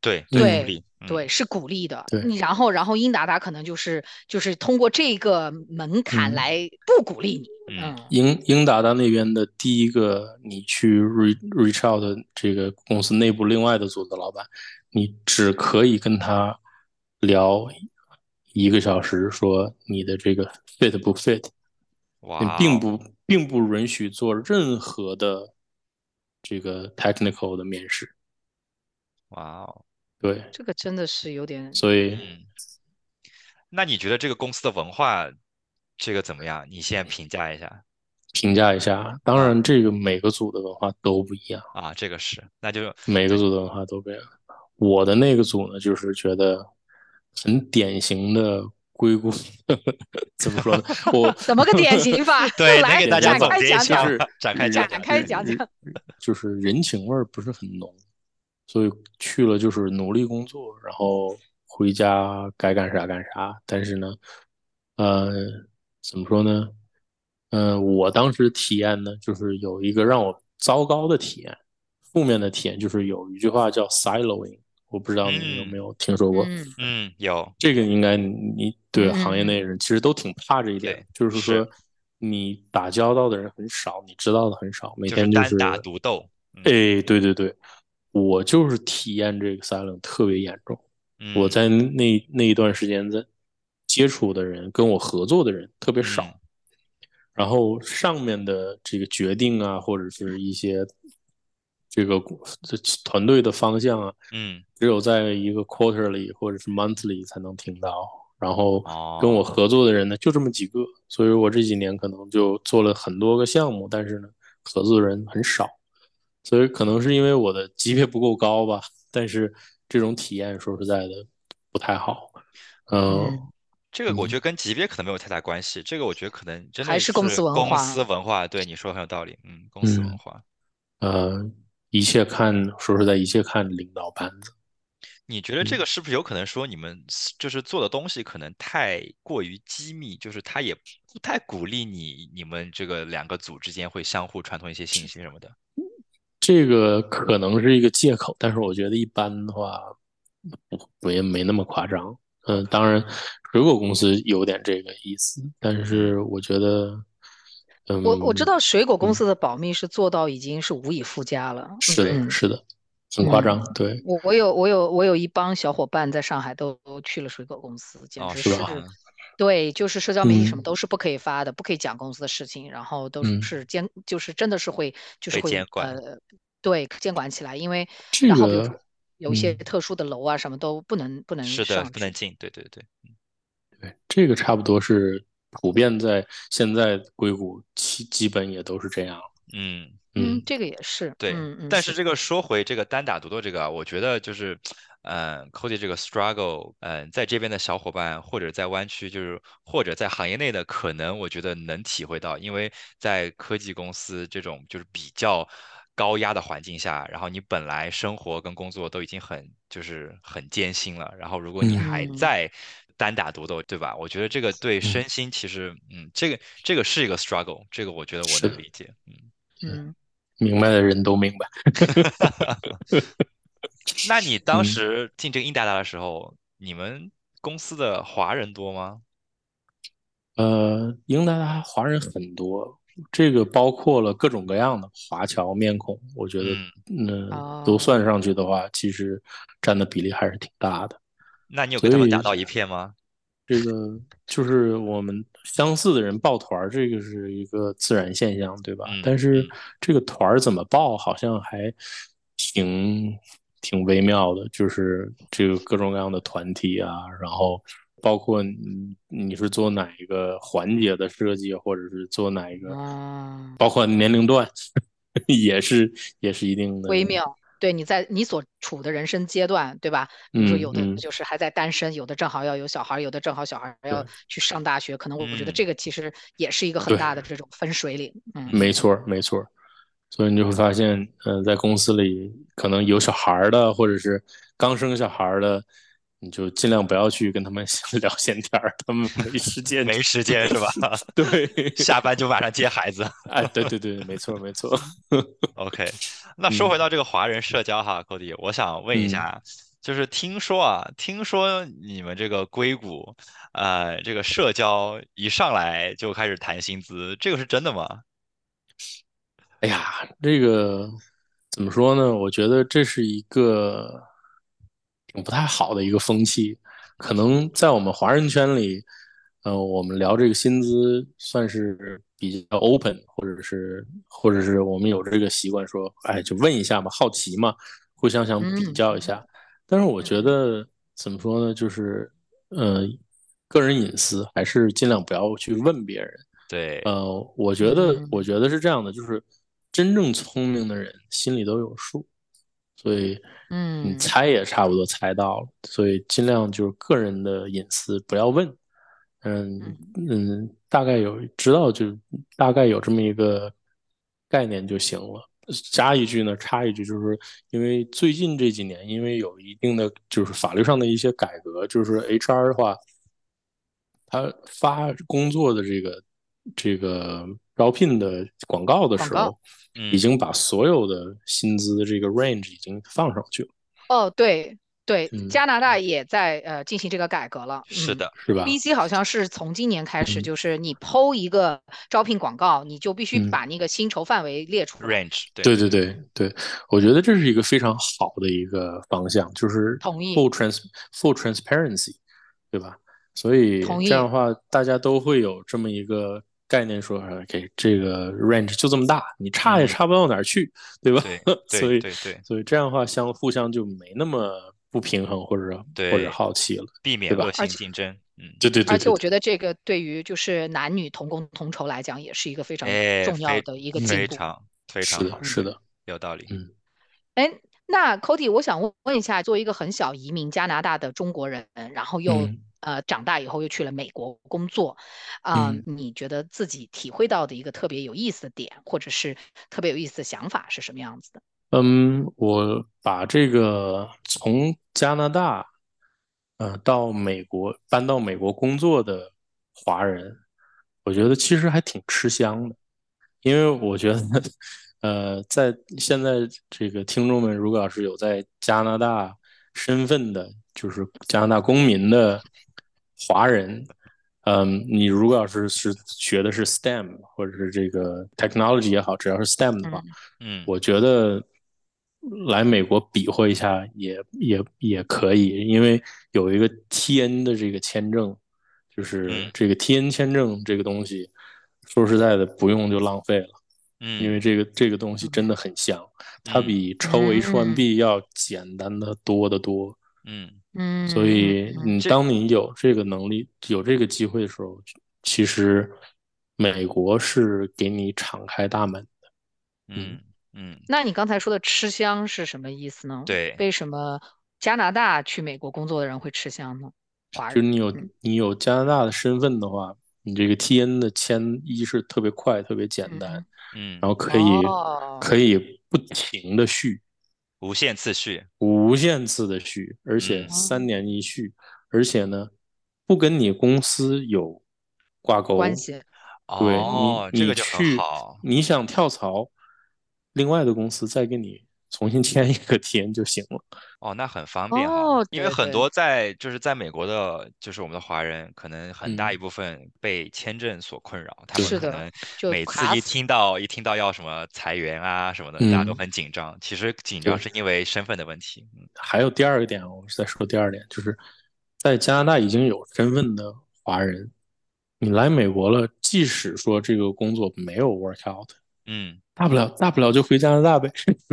对，鼓嗯对励，嗯，对，是鼓励的。对你然后然后英达达可能就是就是通过这个门槛嗯来不鼓励你，嗯嗯英英达达那边的第一个你去 re reach out 的这个公司内部另外的组的老板，你只可以跟他聊一个小时，说你的这个 fit 不 fit，你哇并哦，不并不允许做任何的这个 technical 的面试，哇哦，对，这个真的是有点所以嗯。那你觉得这个公司的文化，这个怎么样？你先评价一下评价一下，当然这个每个组的文化都不一样。啊，这个是，那就每个组的文化都不一样。我的那个组呢，就是觉得很典型的硅谷， 怎么说呢？我怎么个 典型法？ 对，来能给大家展总开结一讲下讲就是，展开展讲嗯讲。开讲讲。就是人情味儿不是很浓，所以去了就是努力工作，然后回家该干啥干啥。但是呢，呃，怎么说呢？嗯，我当时体验呢，就是有一个让我糟糕的体验，负面的体验就是有一句话叫 siloing，我不知道你有没有听说过。嗯嗯，有，这个应该你你对嗯行业内人其实都挺怕这一点，对就是是说你打交道的人很少，你知道的很少，每就天是就单是打独斗。嗯哎，对对对，我就是体验这个 silent 特别严重。我嗯在那那一段时间在接触的人，跟我合作的人特别少，嗯然后上面的这个决定啊，或者是一些这个这团队的方向啊，嗯，只有在一个 quarterly 或者是 monthly 才能听到。然后哦跟我合作的人呢，就这么几个，所以我这几年可能就做了很多个项目，但是呢，合作的人很少，所以可能是因为我的级别不够高吧。但是这种体验，说实在的，不太好。嗯嗯，这个我觉嗯得跟级别可能没有太大关系，这个我觉得可能真还的是公司文公化啊司文化，对你说的很有道理。嗯，公司文嗯化，呃，一切看，说实在，一切看领导班子。你觉得这嗯个是不是有可能说你们是就是做的东西可能太过于机密，就是他也不太鼓励你你们这个两个组之间会相互传通一些信息什么的。这个可能是一个借口，但是我觉得一般的话，不不也没那么夸张。嗯，当然，水果公司有点这个意思，但是我觉得，嗯，我我知道水果公嗯司的保密是做到已经是无以复加了。是嗯的，是的，很夸张，对，我我有我有我有一帮小伙伴在上海都去了水果公司，简哦，直是是吧吗？对，就是社交媒体什么嗯都是不可以发的，不可以讲公司的事情，然后都嗯是监，就是真的是会就是被会监管呃对监管起来，因为这然后比如说个，有一些嗯特殊的楼啊什么都不能不能是的，上不能去。进。对对对，对，这个差不多是普遍在现在硅谷基基本也都是这样，嗯。嗯，嗯这个也是，对，嗯嗯，但是这个说回这个单打独斗这个啊，我觉得就是，嗯、呃，Cody 这个 struggle，嗯、在这边的小伙伴或者在湾区，就是或者在行业内的，可能我觉得能体会到，因为在科技公司这种就是比较高压的环境下，然后你本来生活跟工作都已经很就是很艰辛了，然后如果你还嗯在单打独斗，对吧？我觉得这个对嗯，身心其实，嗯，这个这个是一个 struggle，这个我觉得我是能的，理解，嗯。嗯。明白的人都明白，那你当嗯。时进这个英达达的时候，你们公司的华人多吗？呃，英达达华人很多，这个包括了各种各样的华侨面孔，我觉得，嗯，嗯，都哦，算上去的话，其实占的比例还是挺大的。那你有所跟他们打以到一片吗？这个就是我们相似的人抱团儿，这个是一个自然现象，对吧？嗯但是嗯这个团儿怎么抱，好像还挺挺微妙的，就是这个各种各样的团体啊，然后包括你你是做哪一个环节的设计，或者是做哪一个，啊， 包括年龄段，也是也是一定的微妙，对你在你所处的人生阶段，对吧？比如说嗯有的嗯就是还在单身，有的正好要有小孩，有的正好小孩要去上大学，可能我觉得嗯这个其实也是一个很对大的这种分水岭。嗯，没错儿，没错儿。所以你就会发现，嗯、在公司里可能有小孩儿的，或者是刚生小孩儿的，你就尽量不要去跟他们 聊闲天儿，他们没时间。没时间是吧？ 对， 下班就马上接孩子。哎，对对对，没错儿没错儿。 OK，那说嗯回到这个华人社交哈，Cody，我想问一嗯下，就是听说啊，听说你们这个硅谷，呃，这个社交一上来就开始谈薪资，这个是真的吗？哎呀，这个怎么说呢？我觉得这是一个挺不太好的一个风气，可能在我们华人圈里，呃，我们聊这个薪资算是比较 open，或者是或者是我们有这个习惯说，哎，就问一下嘛，好奇嘛，互相想比嗯较一下。但是我觉得怎么说呢，就是呃，个人隐私还是尽量不要去问别人。对，呃，我觉得，嗯我觉得是这样的，就是真正聪明的人心里都有数，所以你嗯猜也差不多猜到了，所以尽量就是个人的隐私不要问。嗯嗯，大概有知道就大概有这么一个概念就行了。加一句呢，插一句，就是因为最近这几年，因为有一定的就是法律上的一些改革，就是 HR 的话，他发工作的这个这个招聘的广告的时广候告，嗯已经把所有的薪资的这个 range 已经放上去了，哦，对对，嗯加拿大也在呃进行这个改革了。是嗯的，是吧？ B C 好像是从今年开始，嗯就是你抛一个招聘广告，你就必须嗯把那个薪酬范围列出来。 ，range，对，对对对对，我觉得这是一个非常好的一个方向，就是同意 full trans full transparency，对吧？所以同意这样的话，大家都会有这么一个概念说，说 OK，这个 range 就这么大，你差也嗯差不到哪儿去，对吧？对所以对对对，所以这样的话，相互相就没那么不平衡或者或对者好奇了，避免吧恶性而且竞争，嗯，对对对而且对我觉得这个对于就是男女同工同酬来讲，也是一个非常哎，重要非的一个非进步。常非对，常是好嗯的，是的，有道理。嗯哎，那 Cody，我想问问一下，作为一个很小移民加拿大的中国人，然后又嗯呃长大以后又去了美国工作，啊、嗯你觉得自己体会到的一个特别有意思的点，或者是特别有意思的想法是什么样子的？嗯，我把这个从加拿大，呃，到美国搬到美国工作的华人，我觉得其实还挺吃香的，因为我觉得，呃，在现在这个听众们，如果要是有在加拿大身份的，就是加拿大公民的华人，嗯，你如果要是是学的是 STEM 或者是这个 technology 也好，只要是 STEM 的话。嗯，我觉得来美国比划一下也也也可以，因为有一个 TN 的这个签证，就是嗯这个 TN 签证这个东西，说实在的，不用就浪费了，嗯，因为这个这个东西真的很香，它嗯比抽 H 1 B 要简单的多得多，嗯嗯，所以嗯你这当你有这个能力、有这个机会的时候，其实美国是给你敞开大门。嗯嗯，那你刚才说的吃香是什么意思呢？对，为什么加拿大去美国工作的人会吃香呢？华就是人，你有嗯你有加拿大的身份的话，你这个 TN 的签一是特别快、特别简单，嗯，嗯然，后可以哦可以不停的续，无限次序，无限次的续，而且嗯三年一续，而且呢不跟你公司有挂钩，关系，对哦，你这个你就很去好，你想跳槽，另外的公司再给你重新签一个 TN 就行了。哦，那很方便哈，哦，因为对很对多在就是在美国的，就是我们的华人，可能很大嗯一部分被签证所困扰，他对们是可的能就每次卡一死听到一听到要什么裁员啊什么的，大家都嗯很紧张。其实紧张对是因为身份的问题，嗯还有第二个点啊，我是在说第二点，就是在加拿大已经有身份的华人，你来美国了，即使说这个工作没有 work out，嗯大不了大不了就回加拿大呗，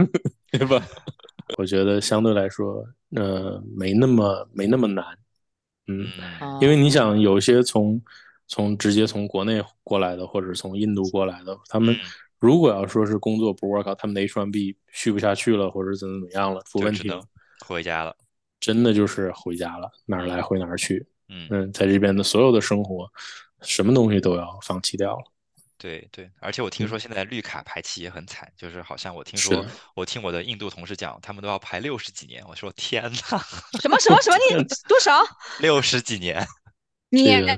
对吧？我觉得相对来说，呃，没那么没那么难，嗯，嗯哦，因为你想，有一些从从直接从国内过来的，或者从印度过来的，他们嗯如果要说是工作不 work out，他们的 H1B 续不下去了，或者怎么怎么样了，出就问只题了，能回家了。真的就是回家了，哪儿来回哪儿去。嗯，嗯，在这边的所有的生活，什么东西都要放弃掉了。对对，而且我听嗯说现在绿卡排期也很惨，就是好像我听是说的，我听我的印度同事讲，他们都要排六十几年。我说天呐，啊什么什么什么？ 你多少六十几年年？啊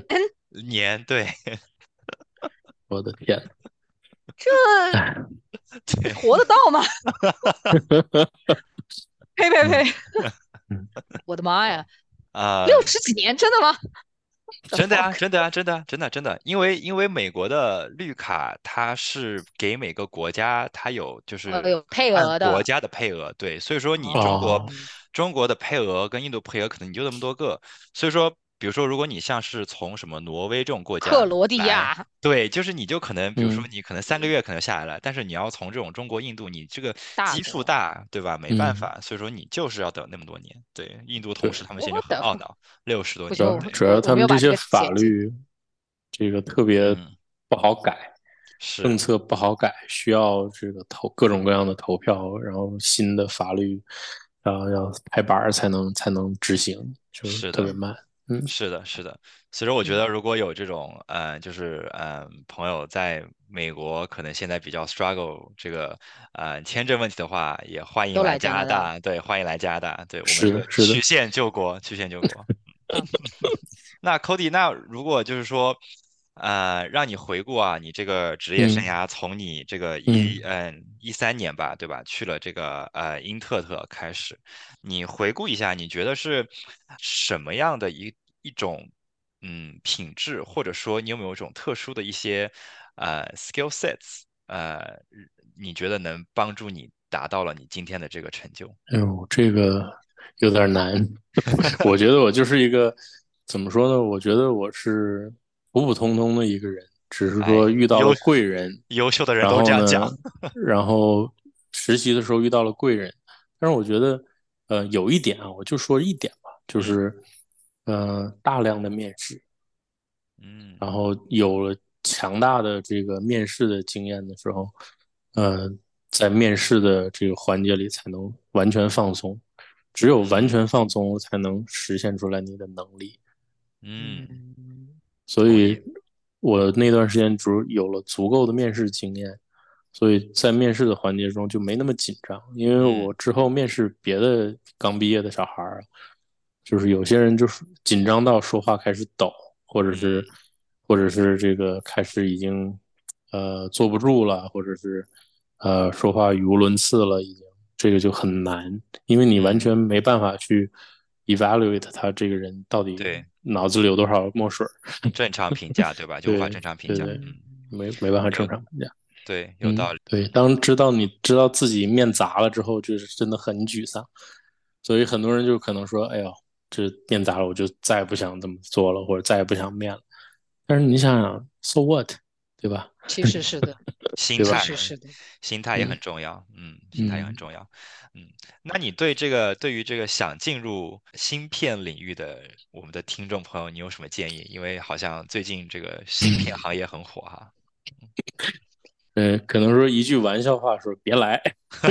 年，对我的天， 这对，活得到吗？ 呸呸呸！嗯 我的妈呀，啊、六十几年，真的吗？真的啊，真的啊，真的啊，真的真的，因为因为美国的绿卡它是给每个国家它有就是呃，有配按额国的，家的配额，对，所以说你中国哦中国的配额跟印度配额可能你就那么多个，所以说比如说如果你像是从什么挪威这种国克家罗地来亚，对，就是你就可能，比如说嗯你可能三个月可能下来了，但是你要从这种中国、印度，你这个大基数国大，对吧？没办嗯法，所以说你就是要等那么多年。对，印度同对事他们我现在就我很懊 等恼，六十多不主年，要就对，主要他我没有们把这这些个法写进律，这个特别嗯，不好改，政是，策不好改，需要这个投各种各样的投票，然后新的法律，然后要拍板儿才能才能执行，就是是特的别慢。嗯是的，是的。所以说，我觉嗯得如果有这种，呃，就是呃，朋友在美国可能现在比较 struggle 这个，呃，签证问题的话，也欢迎都来来加加拿拿大大，对，欢迎来加拿大，对，我们是的是是的曲线救国，曲线救国。啊， 那 Cody，那如果就是说，呃，让你回顾啊，你这个职业生嗯涯，从你这个一嗯嗯一三年吧，对吧，去了这个呃英特特开始，你回顾一下，你觉得是什么样的一一种嗯品质，或者说你有没有一种特殊的一些呃 skill sets，呃，你觉得能帮助你达到了你今天的这个成就？哎呦，这个有点难。 我觉得我就是一个怎么说呢？我觉得我是普普通通的一个人，只是哎，说遇到优了贵人，优秀的人然都后这样讲，呢，然后实习的时候遇到了贵人。但是我觉得，呃，有一点啊，我就说一点吧，就嗯是，呃，大量的面试，嗯然后有了强大的这个面试的经验的时候，呃，在面试的这个环节里才能完全放松，只有完全放松才能实现出来你的能力。嗯。嗯，所同以意，我那段时间足有了足够的面试经验，所以在面试的环节中就没那么紧张，因为嗯我之后面试别的刚毕业的小孩儿，就是有些人就是紧张到说话开始抖，或者嗯是或者是这个开始已经呃坐不住了，或者是呃说话语无伦次了，已经这个就很难，因为你完嗯，全没办法去 evaluate 他这个人到底对，脑子里有多少墨水儿。正常评价对吧？就无法对正常评对价，对，嗯，没没办法正有常评价。对有嗯，道理，对，当知道你知道自己面砸了之后，就是真的很沮丧。所以很多人就可能说：“哎呦，这面砸了，我就再也不想这么做了，或者再也不想面了。”但是你想想，so what，对吧？其实是 的，心对其吧？实态，是的，心态也嗯很重要，嗯，心态也很嗯重要，嗯，那你对这个对于这个想进入芯片领域的我们的听众朋友，你有什么建议？因为好像最近这个芯片行业很火哈，嗯，可能说一句玩笑话说：“别来。”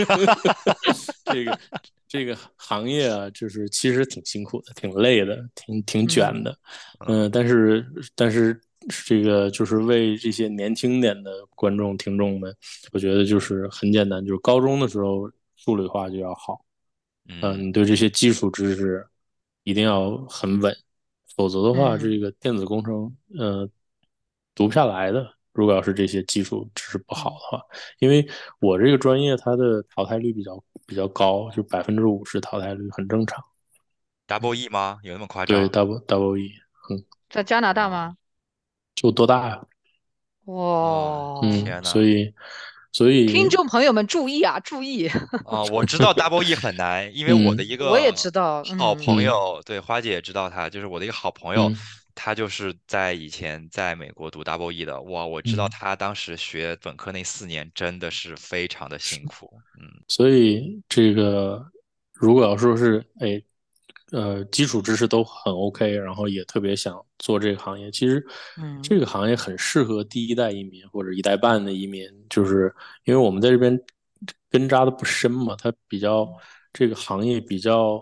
这个这个行业啊，就是其实挺辛苦的，挺累的，挺挺卷嗯的，嗯嗯，但是但是这个就是为这些年轻点的观众听众们，我觉得就是很简单，就是高中的时候数理化就要好，嗯，嗯你对这些基础知识一定要很稳，否则的话，嗯这个电子工程，呃，读不下来的。如果要是这些基础知识不好嗯的话，因为我这个专业它的淘汰率比较比较高，就百分之五十淘汰率很正常。 ，double E 吗？有那么夸对张？ ，double double E，嗯，在加拿大哦吗？就多大呀？哦，哇，嗯，天所呐！以所听以众朋友们注意啊，注意！啊、我知道 Double E 很难，因为我的嗯一我也个知道，好嗯朋嗯友，对，花姐也知道他，就是我的一个好朋友，嗯他就是在以前在美国读 Double E 的。哇，我知道嗯，他当时学本科那四年真的是非常的辛苦。嗯所以这个如果要说是哎呃基础知识都很 OK，然后也特别想做这个行业。其实，嗯这个行业很适合第一代移民或者一代半的移民，就是因为我们在这边根扎的不深嘛，它比较这个行业比较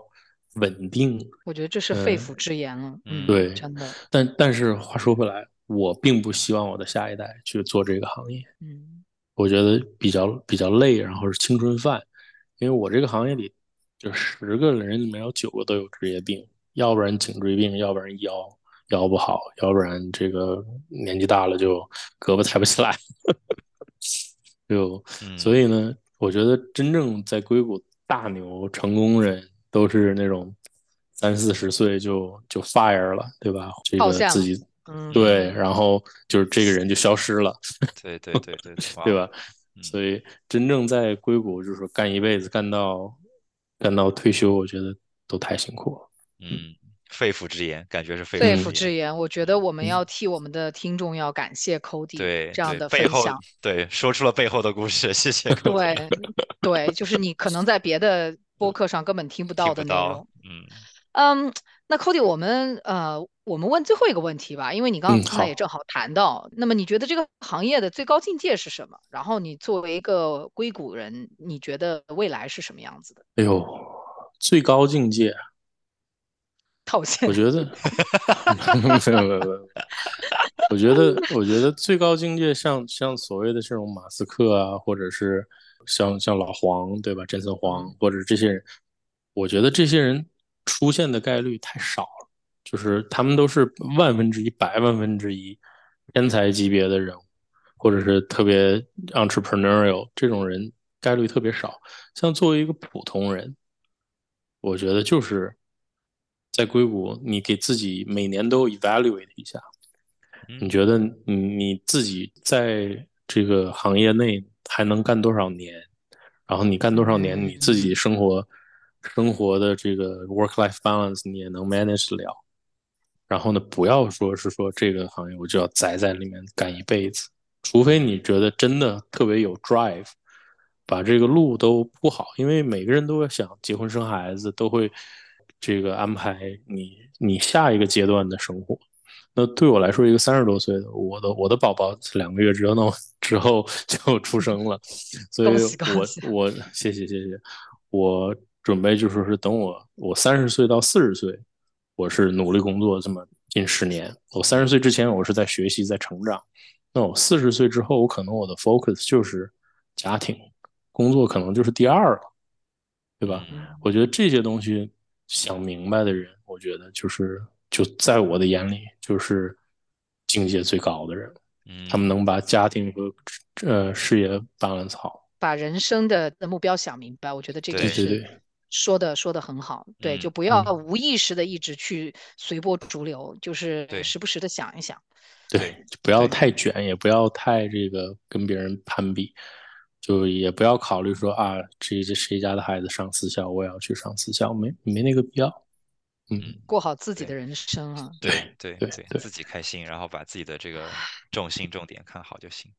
稳定。我觉得这是肺腑之言了。嗯嗯，对真的，但但是话说回来，我并不希望我的下一代去做这个行业。嗯我觉得比较比较累，然后是青春饭，因为我这个行业里，就十个人里面有九个都有职业病，要不然颈椎病，要不然腰腰不好，要不然这个年纪大了就胳膊抬不起来， 就嗯，所以以呢，我觉得真正在硅谷大牛成功人都是那种三四十岁就就 fire 了，对吧？这靠个下自己嗯，对，然后就是这个人就消失了。对对对 对对，哇对吧？嗯所以真正在硅谷，就是说干一辈子，干到干到退休，我觉得都太辛苦了。嗯，肺腑之言，感觉是肺肺之腑言之言，我觉得我们嗯要替我们的听众要感谢 Cody 对这样对的背分后享。对说出了背后的故事，谢谢 各位对对，就是你可能在别的播客上根本听不听到不的内容到。，嗯嗯，那 Cody，我们呃，我们问最后一个问题吧，因为你刚嗯刚才也好正好谈到，那么你觉得这个行业的最高境界是什么？然后你作为一个硅谷人，你觉得未来是什么样子的？哎呦，最高境界，套现我，觉得，没有没有没有没有，我觉得我觉得最高境界像像所谓的这种马斯克啊，或者是像像老黄对吧，詹森黄或者这些人，我觉得这些人出现的概率太少了，就是他们都是万分之一、百万分之一天才级别的人物，或者是特别 entrepreneurial 这种人概率特别少。像作为一个普通人，我觉得就是在硅谷，你给自己每年都 evaluate 一下，你嗯觉得你你自己在这个行业内还能干多少年？然后你干多少年，嗯你自己生活生活的这个 work life balance 你也能 manage 得了。然后呢，不要说是说这个行业我就要宅在里面干一辈子，除非你觉得真的特别有 drive，把这个路都铺好，因为每个人都要想结婚生孩子，都会这个安排你你下一个阶段的生活。那对我来说，一个三十多岁的，我的我的宝宝两个月之后，那我之后就出 生了，所以恭喜恭喜我我谢谢谢谢，我准备就说是等我我三十岁到四十岁，我是努力工作这么近十年。我三十岁之前，我是在学习在成长，那我四十岁之后，我可能我的 focus 就是家庭，工作可能就是第二了，对吧？嗯我觉得这些东西想明白的人，我觉得就是就在我的眼里，就是境界最高的人，嗯，他们能把家庭和呃事业 balance 好。把人生的的目标想明白，我觉得这个对对对是对，说的说的很好，对，嗯就不要嗯无意识的一直去随波逐流，就是对时不时的想一想。对对，不要对太卷，也不要太这个跟别人攀比，就也不要考虑说啊，这这谁家的孩子上私校，我也要去上私校，没没那个必要。嗯，过好自己的对人生啊，对对对对自己开心，然后把自己的 这个重心重点看好就行。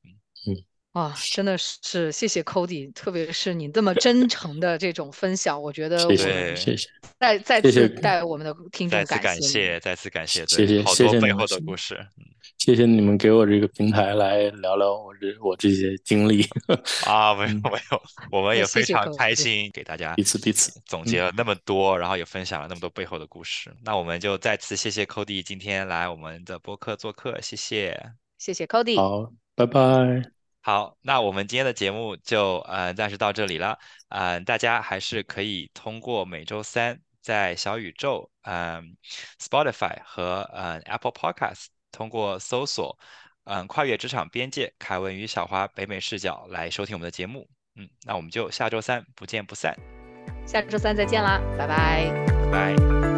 嗯哇，真的是谢谢 Cody，特别是你这么真诚的这种分享，我觉得我谢对谢谢谢，再再谢次谢带我们的听众再次感谢你。谢，再次感谢，谢对谢好谢多谢背你后们的辛故苦 事嗯谢谢你们给我这个平台来聊聊我这我这些经历， 啊，没有嗯没有，我们对也谢非谢常各位开心，给大家彼此彼此。总嗯结了那么多，然后也分享了那么多背后的故事。那我们就再次谢谢 Cody 今天来我们的播客做客，谢谢。谢谢 Cody，好，拜拜。好，那我们今天的节目就呃暂时到这里了。呃，大家还是可以通过每周三在小宇宙、嗯、Spotify 和嗯 Apple Podcast 通过搜索嗯、跨越职场边界，凯文与小花北美视角来收听我们的节目。嗯，那我们就下周三不见不散，下周三再见啦，拜拜。拜拜。